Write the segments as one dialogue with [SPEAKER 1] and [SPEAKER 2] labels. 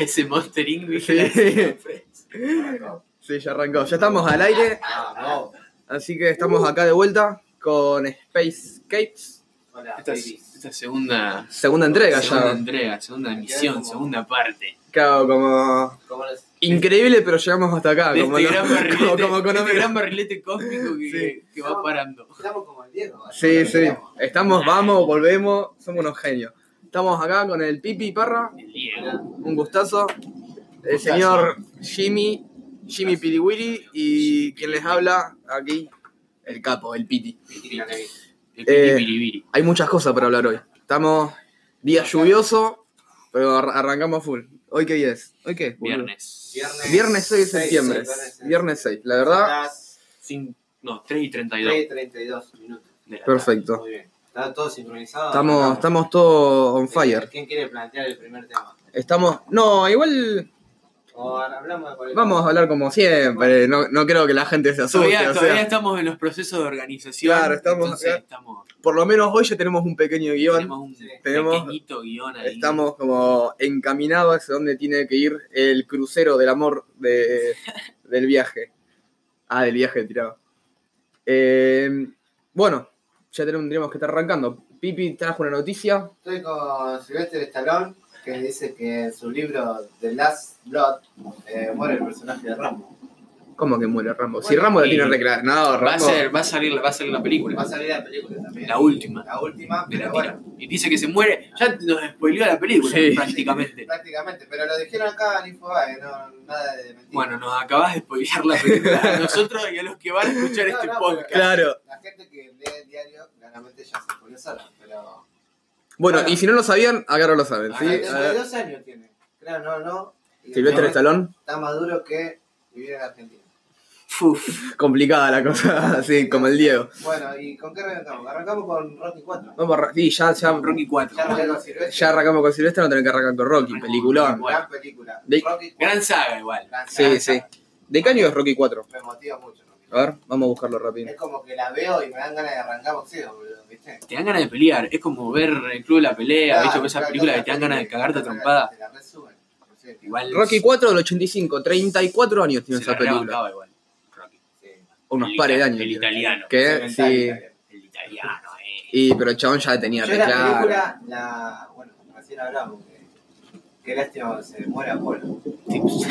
[SPEAKER 1] Ese Monster English.
[SPEAKER 2] Sí.
[SPEAKER 1] la siempre.
[SPEAKER 2] Sí, ya arrancó. Ya estamos al aire,
[SPEAKER 1] Ah, no.
[SPEAKER 2] así que estamos acá de vuelta con Space Capes.
[SPEAKER 3] Hola,
[SPEAKER 1] Esta, es-
[SPEAKER 3] babies.
[SPEAKER 1] esta segunda,
[SPEAKER 2] Segunda entrega
[SPEAKER 1] segunda
[SPEAKER 2] ya.
[SPEAKER 1] entrega, segunda emisión, segunda parte.
[SPEAKER 2] Claro, como.
[SPEAKER 3] ¿Cómo les-
[SPEAKER 2] Increíble, pero llegamos hasta acá.
[SPEAKER 1] De
[SPEAKER 2] Ah, Como,
[SPEAKER 1] este
[SPEAKER 2] no-
[SPEAKER 1] gran barrilete,
[SPEAKER 2] como, como
[SPEAKER 1] de este
[SPEAKER 2] economía.
[SPEAKER 1] gran barrilete cósmico que, que va parando.
[SPEAKER 3] Estamos como el Diego. ¿vale?
[SPEAKER 2] Sí, sí.
[SPEAKER 3] Estamos.
[SPEAKER 2] Estamos, vamos, volvemos. Somos unos genios. Estamos acá con el Pipi Parra.
[SPEAKER 1] El Diego.
[SPEAKER 2] Un gustazo. El señor Jimmy, Jimmy Piriwiri y quien les habla aquí, el capo, el Piti.
[SPEAKER 3] Cristina Levy.
[SPEAKER 1] El
[SPEAKER 2] Eh,
[SPEAKER 1] Piribiribiri.
[SPEAKER 2] Hay muchas cosas para hablar hoy. Estamos día lluvioso, pero ar- arrancamos full. ¿Hoy qué día es? ¿Hoy qué es? boludo?
[SPEAKER 1] Viernes.
[SPEAKER 3] Viernes.
[SPEAKER 2] Viernes 6 de
[SPEAKER 3] Seis,
[SPEAKER 2] septiembre.
[SPEAKER 3] seis, viernes seis.
[SPEAKER 2] Viernes 6. La verdad,
[SPEAKER 3] Las
[SPEAKER 1] Cin- no, 3 y 32.
[SPEAKER 3] 3 y 32 minutos.
[SPEAKER 1] de la
[SPEAKER 2] perfecto.
[SPEAKER 3] Muy bien. Está todo sincronizado.
[SPEAKER 2] Estamos,
[SPEAKER 3] Arrancamos.
[SPEAKER 2] estamos todos on fire.
[SPEAKER 3] ¿Quién quiere plantear el primer tema?
[SPEAKER 2] Estamos. No, igual
[SPEAKER 3] O hablamos de cualquier
[SPEAKER 2] vamos a hablar como siempre. No, no creo que la gente se asuste.
[SPEAKER 1] Todavía,
[SPEAKER 2] o sea.
[SPEAKER 1] todavía estamos en los procesos de organización.
[SPEAKER 2] Claro, estamos
[SPEAKER 1] entonces
[SPEAKER 2] acá.
[SPEAKER 1] estamos.
[SPEAKER 2] por lo menos hoy ya tenemos un pequeño guión.
[SPEAKER 1] Tenemos un
[SPEAKER 3] Sí.
[SPEAKER 2] Tenemos-
[SPEAKER 1] pequeñito guión ahí.
[SPEAKER 2] Estamos como encaminados hacia donde tiene que ir el crucero del amor de- del viaje. Ah, del viaje tirado. Eh, bueno, ya tenemos, tendríamos que estar arrancando. Pipi trajo una noticia.
[SPEAKER 3] Estoy con Sylvester Stallone, que dice que en su libro The Last Blood eh, muere el personaje de Rambo.
[SPEAKER 2] ¿Cómo que muere Rambo? Si
[SPEAKER 3] Bueno,
[SPEAKER 2] Rambo la
[SPEAKER 1] y-
[SPEAKER 2] tiene recreada. No, Rambo.
[SPEAKER 1] Va a, ser, va, a salir, va a salir la
[SPEAKER 3] Va a
[SPEAKER 1] película.
[SPEAKER 3] salir la película también.
[SPEAKER 1] La última.
[SPEAKER 3] La última,
[SPEAKER 1] de la
[SPEAKER 3] pero
[SPEAKER 1] tira.
[SPEAKER 3] bueno,
[SPEAKER 1] Y dice que se muere. Ya nos spoileó la película,
[SPEAKER 2] Sí.
[SPEAKER 1] prácticamente.
[SPEAKER 3] prácticamente. Pero lo dijeron acá en Infobae, no, nada de mentira.
[SPEAKER 1] Bueno, nos acabas de spoilear la película a nosotros y a los que van a escuchar
[SPEAKER 3] No,
[SPEAKER 1] este
[SPEAKER 3] no,
[SPEAKER 1] podcast.
[SPEAKER 3] pero-
[SPEAKER 2] Claro.
[SPEAKER 3] La gente que lee el diario claramente ya se pone sola, pero...
[SPEAKER 2] Bueno, y si no lo sabían, acá no lo saben.
[SPEAKER 1] Ah,
[SPEAKER 2] ¿sí?
[SPEAKER 1] eso
[SPEAKER 2] A ver,
[SPEAKER 3] 32 años tiene. Claro, no, no. Y
[SPEAKER 2] Silvestre
[SPEAKER 3] está,
[SPEAKER 2] Estalón,
[SPEAKER 3] más duro que vivir en Argentina.
[SPEAKER 1] Uf,
[SPEAKER 2] complicada la cosa, así como el Diego.
[SPEAKER 3] Bueno, ¿y con qué arrancamos? Arrancamos con Rocky 4.
[SPEAKER 2] Vamos a arran- sí, ya, ya,
[SPEAKER 1] Rocky 4.
[SPEAKER 3] Ya arrancamos con Silvestre.
[SPEAKER 2] ya arrancamos con Silvestre, no tenemos que arrancar con Rocky, peliculón.
[SPEAKER 1] Bueno.
[SPEAKER 3] Gran película.
[SPEAKER 2] De-
[SPEAKER 3] Rocky 4.
[SPEAKER 1] Gran saga igual.
[SPEAKER 2] Sí, sí. ¿De qué año es Rocky 4?
[SPEAKER 3] Me motiva mucho. Rocky.
[SPEAKER 2] A ver, vamos a buscarlo rápido.
[SPEAKER 3] Es como que la veo y me dan ganas de arrancar boxeo, boludo, ¿viste?
[SPEAKER 1] Te dan ganas de pelear. Es como ver el club de la pelea, ¿viste? Con esa película que te dan ganas de cagarte a trompada.
[SPEAKER 3] Te la resumen. No sé, que-
[SPEAKER 1] Igual
[SPEAKER 2] Rocky 4 del 85, 34 años
[SPEAKER 1] se
[SPEAKER 2] tiene esa
[SPEAKER 1] la
[SPEAKER 2] película.
[SPEAKER 1] rebancaba igual. Rocky.
[SPEAKER 3] sí.
[SPEAKER 2] O unos
[SPEAKER 1] El
[SPEAKER 2] pares de
[SPEAKER 1] ita-
[SPEAKER 2] años.
[SPEAKER 1] El
[SPEAKER 2] tiene.
[SPEAKER 1] italiano.
[SPEAKER 2] Que
[SPEAKER 3] Mental,
[SPEAKER 2] sí.
[SPEAKER 3] está bien.
[SPEAKER 1] El italiano, eh.
[SPEAKER 2] Y pero el chabón ya tenía
[SPEAKER 3] Yo
[SPEAKER 2] re
[SPEAKER 3] la
[SPEAKER 2] claro.
[SPEAKER 3] película, la. Bueno, recién hablamos. Que, qué lástima que se muere Apolo.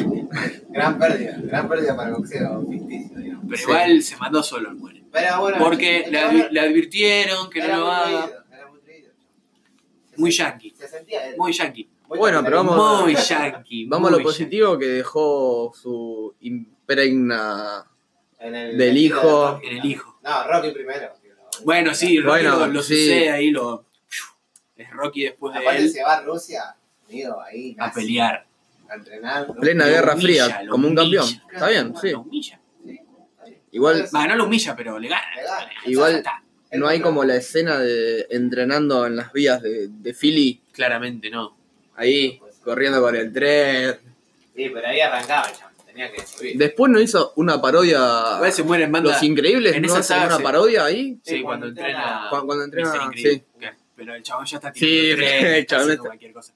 [SPEAKER 3] gran pérdida, gran pérdida para el boxeo ficticio, digamos.
[SPEAKER 1] Pero
[SPEAKER 2] Sí.
[SPEAKER 1] igual se mandó solo el muere.
[SPEAKER 3] Pero bueno,
[SPEAKER 1] Porque
[SPEAKER 3] el
[SPEAKER 1] le,
[SPEAKER 3] chabón
[SPEAKER 1] advi- le advirtieron que no
[SPEAKER 3] era
[SPEAKER 1] lo
[SPEAKER 3] muy
[SPEAKER 1] haga.
[SPEAKER 3] creído, era muy creído, chabón. Se
[SPEAKER 1] Muy
[SPEAKER 3] sentía-
[SPEAKER 1] yankee.
[SPEAKER 3] Se sentía él.
[SPEAKER 1] Muy yankee.
[SPEAKER 3] Muy
[SPEAKER 2] Bueno, pero vamos-
[SPEAKER 1] Muy yankee.
[SPEAKER 2] Vamos a
[SPEAKER 1] muy
[SPEAKER 2] lo positivo que dejó su impregna.
[SPEAKER 3] En el-
[SPEAKER 2] Del hijo.
[SPEAKER 1] yankee. En el hijo.
[SPEAKER 3] No, Rocky primero. que lo-
[SPEAKER 1] Bueno, sí, Rocky
[SPEAKER 2] Bueno,
[SPEAKER 1] lo, lo
[SPEAKER 2] sí.
[SPEAKER 1] sucede ahí, lo. Es Rocky después de
[SPEAKER 3] Aparte
[SPEAKER 1] él
[SPEAKER 3] se va a Rusia, amigo, ahí.
[SPEAKER 1] a
[SPEAKER 3] nazi,
[SPEAKER 1] pelear.
[SPEAKER 3] A entrenar. ¿no?
[SPEAKER 2] Plena
[SPEAKER 1] Lo
[SPEAKER 2] Guerra
[SPEAKER 1] humilla,
[SPEAKER 2] Fría,
[SPEAKER 1] lo
[SPEAKER 2] como un
[SPEAKER 1] humilla.
[SPEAKER 2] campeón. Está bien, sí.
[SPEAKER 1] Lo humilla.
[SPEAKER 3] Sí, está bien.
[SPEAKER 2] Igual
[SPEAKER 1] Va, no lo humilla, pero le gana.
[SPEAKER 3] Le gana.
[SPEAKER 2] Igual-
[SPEAKER 1] Ya está.
[SPEAKER 2] no hay como la escena de entrenando en las vías de, de Philly,
[SPEAKER 1] Claramente no.
[SPEAKER 2] ahí, corriendo con el tren.
[SPEAKER 3] Sí, pero ahí arrancaba ya. Tenía que subir.
[SPEAKER 2] Después no hizo una parodia.
[SPEAKER 1] Igual se muere en banda.
[SPEAKER 2] Los Increíbles,
[SPEAKER 1] en
[SPEAKER 2] ¿no
[SPEAKER 1] esa
[SPEAKER 2] hacen
[SPEAKER 1] saga
[SPEAKER 2] una
[SPEAKER 1] se-
[SPEAKER 2] parodia ahí?
[SPEAKER 1] Sí, cuando entrena.
[SPEAKER 2] Cuando, cuando entrena,
[SPEAKER 1] Mr.
[SPEAKER 2] sí.
[SPEAKER 1] Increíble. Que- Pero el chabón ya está
[SPEAKER 2] Sí,
[SPEAKER 1] tirando tren,
[SPEAKER 2] el
[SPEAKER 1] está
[SPEAKER 2] chabón
[SPEAKER 1] haciendo
[SPEAKER 2] está-
[SPEAKER 1] cualquier cosa.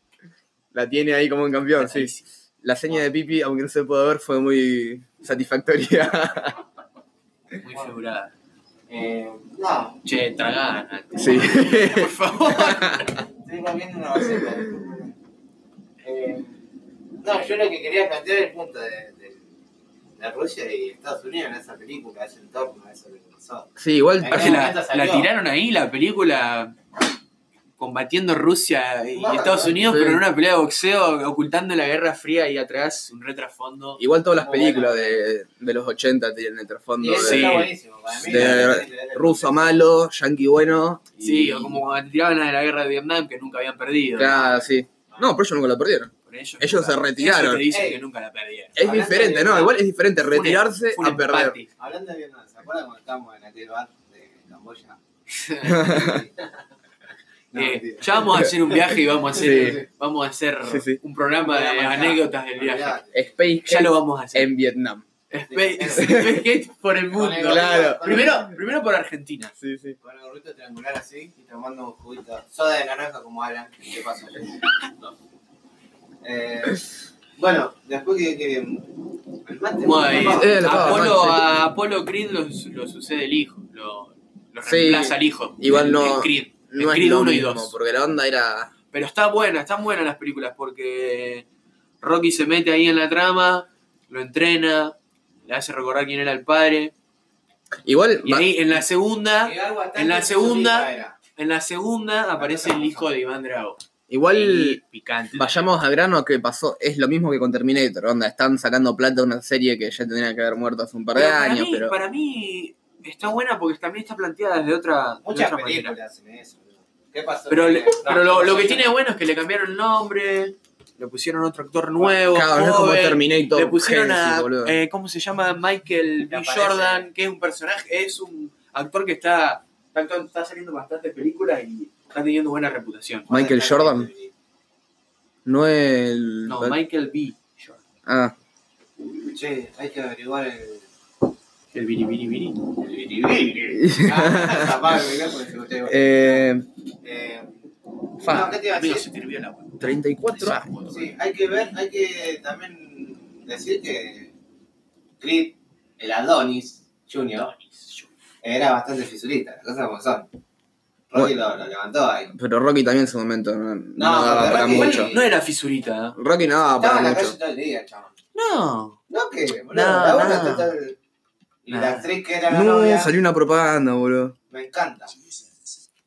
[SPEAKER 2] La tiene ahí como un campeón, sí. La seña de Pipi, aunque no se pueda ver, fue muy satisfactoria.
[SPEAKER 1] Muy figurada.
[SPEAKER 3] Eh, no,
[SPEAKER 1] Che, tragá. Nati.
[SPEAKER 2] Sí.
[SPEAKER 1] Por favor.
[SPEAKER 3] estoy comiendo una vasija. Eh, no, yo lo que quería plantear es el punto de, de, de Rusia y Estados Unidos en esa película, ese entorno, eso que pasó.
[SPEAKER 2] Sí, igual.
[SPEAKER 1] Aparte
[SPEAKER 3] En algún
[SPEAKER 1] la,
[SPEAKER 3] momento salió.
[SPEAKER 1] la tiraron ahí, la película combatiendo Rusia y
[SPEAKER 3] Claro,
[SPEAKER 1] Estados Unidos,
[SPEAKER 2] sí.
[SPEAKER 1] pero en una pelea de boxeo, ocultando la Guerra Fría y atrás, un retrasfondo.
[SPEAKER 2] Igual todas las
[SPEAKER 3] Muy
[SPEAKER 2] películas de, de los 80 tienen el trasfondo
[SPEAKER 3] Y eso
[SPEAKER 1] Sí.
[SPEAKER 2] de
[SPEAKER 3] está buenísimo para mí.
[SPEAKER 2] De ruso malo, yankee bueno. y-
[SPEAKER 1] Sí, o como cuando tiraban a la guerra de Vietnam, que nunca habían perdido.
[SPEAKER 2] Claro, sí. No, pero ellos nunca la perdieron.
[SPEAKER 1] Por ello,
[SPEAKER 2] Ellos
[SPEAKER 1] nunca-
[SPEAKER 2] se retiraron.
[SPEAKER 1] ellos te dicen
[SPEAKER 3] Ey.
[SPEAKER 1] que nunca la perdieron.
[SPEAKER 2] Es
[SPEAKER 3] Hablando
[SPEAKER 2] diferente,
[SPEAKER 3] de-
[SPEAKER 2] ¿no? Igual es diferente
[SPEAKER 1] Fue un-
[SPEAKER 2] retirarse
[SPEAKER 1] fue un
[SPEAKER 2] a perder.
[SPEAKER 1] empate.
[SPEAKER 3] Hablando de Vietnam, ¿se acuerdan cuando estábamos en aquel bar de Camboya? No,
[SPEAKER 1] Eh,
[SPEAKER 3] mentira.
[SPEAKER 1] ya vamos a hacer un viaje y vamos a hacer, vamos a hacer
[SPEAKER 2] Sí, sí.
[SPEAKER 1] un programa de
[SPEAKER 3] Programa ya.
[SPEAKER 1] anécdotas del viaje.
[SPEAKER 3] Olvidate.
[SPEAKER 2] Space
[SPEAKER 1] Ya
[SPEAKER 2] Gate
[SPEAKER 1] lo vamos a hacer.
[SPEAKER 2] en Vietnam.
[SPEAKER 1] Space, Space Gate por el
[SPEAKER 3] Con el
[SPEAKER 1] mundo.
[SPEAKER 2] Claro.
[SPEAKER 3] gorrito-
[SPEAKER 1] Primero, primero por Argentina.
[SPEAKER 2] Sí, sí.
[SPEAKER 3] Con el gorrito triangular así y tomando un juguito. Soda de naranja como Alan. ¿Qué pasa? Eh, Bueno, después que. que el mate.
[SPEAKER 1] Bueno,
[SPEAKER 3] ¿no?
[SPEAKER 1] y
[SPEAKER 2] Eh, la paga,
[SPEAKER 1] Apolo,
[SPEAKER 2] ¿no?
[SPEAKER 1] a Apolo Creed lo, lo sucede el hijo, lo, lo
[SPEAKER 2] Sí.
[SPEAKER 1] reemplaza el hijo.
[SPEAKER 2] Igual
[SPEAKER 1] el-
[SPEAKER 2] no-
[SPEAKER 1] el Creed, el
[SPEAKER 2] No es
[SPEAKER 1] Creed
[SPEAKER 2] lo
[SPEAKER 1] 1 y
[SPEAKER 2] mismo,
[SPEAKER 1] 2.
[SPEAKER 2] porque la onda era.
[SPEAKER 1] Pero está buena, están buenas las películas porque Rocky se mete ahí en la trama, lo entrena, le hace recordar quién era el padre.
[SPEAKER 2] Igual.
[SPEAKER 1] Y
[SPEAKER 2] va-
[SPEAKER 1] ahí en la segunda,
[SPEAKER 3] Que algo bastante
[SPEAKER 1] en la segunda-
[SPEAKER 3] solita era.
[SPEAKER 1] en la segunda aparece el hijo de Iván Drago. Y
[SPEAKER 2] Igual.
[SPEAKER 1] picante.
[SPEAKER 2] Vayamos a grano que pasó, es lo mismo que con Terminator, onda, están sacando plata de una serie que ya tendría que haber muerto hace un par de
[SPEAKER 1] Pero para,
[SPEAKER 2] años,
[SPEAKER 1] mí,
[SPEAKER 2] pero
[SPEAKER 1] para mí está buena porque también está planteada desde otra, de
[SPEAKER 3] Muchas
[SPEAKER 1] otra manera.
[SPEAKER 3] películas hacen eso. ¿no? ¿Qué pasó?
[SPEAKER 1] Pero, le-
[SPEAKER 3] No,
[SPEAKER 1] pero lo, lo que
[SPEAKER 3] no,
[SPEAKER 1] tiene bueno es que le cambiaron el nombre, le pusieron otro actor nuevo,
[SPEAKER 2] Claro, no es como
[SPEAKER 1] joven,
[SPEAKER 2] Terminator.
[SPEAKER 1] le pusieron
[SPEAKER 2] Genesis,
[SPEAKER 1] a,
[SPEAKER 2] boludo.
[SPEAKER 1] eh, ¿cómo se llama? Michael B.
[SPEAKER 3] aparece.
[SPEAKER 1] Jordan, que es un personaje, es un actor que está, está, actuando- está saliendo en bastantes películas y está teniendo buena reputación.
[SPEAKER 2] Michael
[SPEAKER 3] no,
[SPEAKER 2] Jordan. no es el.
[SPEAKER 1] No, Michael B. Jordan.
[SPEAKER 2] ah,
[SPEAKER 3] Che, hay que averiguar el.
[SPEAKER 1] El biribiribiri.
[SPEAKER 3] El biribiri. Ah, capaz, mirá, porque usted-
[SPEAKER 2] eh,
[SPEAKER 3] Eh,
[SPEAKER 2] Fa.
[SPEAKER 3] no, ¿qué te iba a
[SPEAKER 1] Amigo,
[SPEAKER 3] decir?
[SPEAKER 1] se te hirvió el agua.
[SPEAKER 2] 34
[SPEAKER 1] Esa
[SPEAKER 2] años.
[SPEAKER 1] foto.
[SPEAKER 3] Sí, hay que ver, hay que también decir que Creed, el Adonis Junior, era bastante fisurista, las cosas como son. Rocky lo, lo levantó ahí.
[SPEAKER 2] Pero Rocky también en su momento no, no
[SPEAKER 3] No,
[SPEAKER 2] daba
[SPEAKER 3] la
[SPEAKER 2] para
[SPEAKER 3] verdad que-
[SPEAKER 2] mucho.
[SPEAKER 1] No era fisurita. ¿eh?
[SPEAKER 2] Rocky no daba
[SPEAKER 3] Estaba en
[SPEAKER 2] para
[SPEAKER 3] la calle
[SPEAKER 2] mucho.
[SPEAKER 3] todo el día, chabón.
[SPEAKER 1] No.
[SPEAKER 3] No, que, boludo,
[SPEAKER 1] No,
[SPEAKER 3] la buena
[SPEAKER 1] no.
[SPEAKER 3] está todo el- Y la
[SPEAKER 1] No.
[SPEAKER 3] actriz que era la novia,
[SPEAKER 2] No, salió una propaganda, boludo.
[SPEAKER 3] me encanta.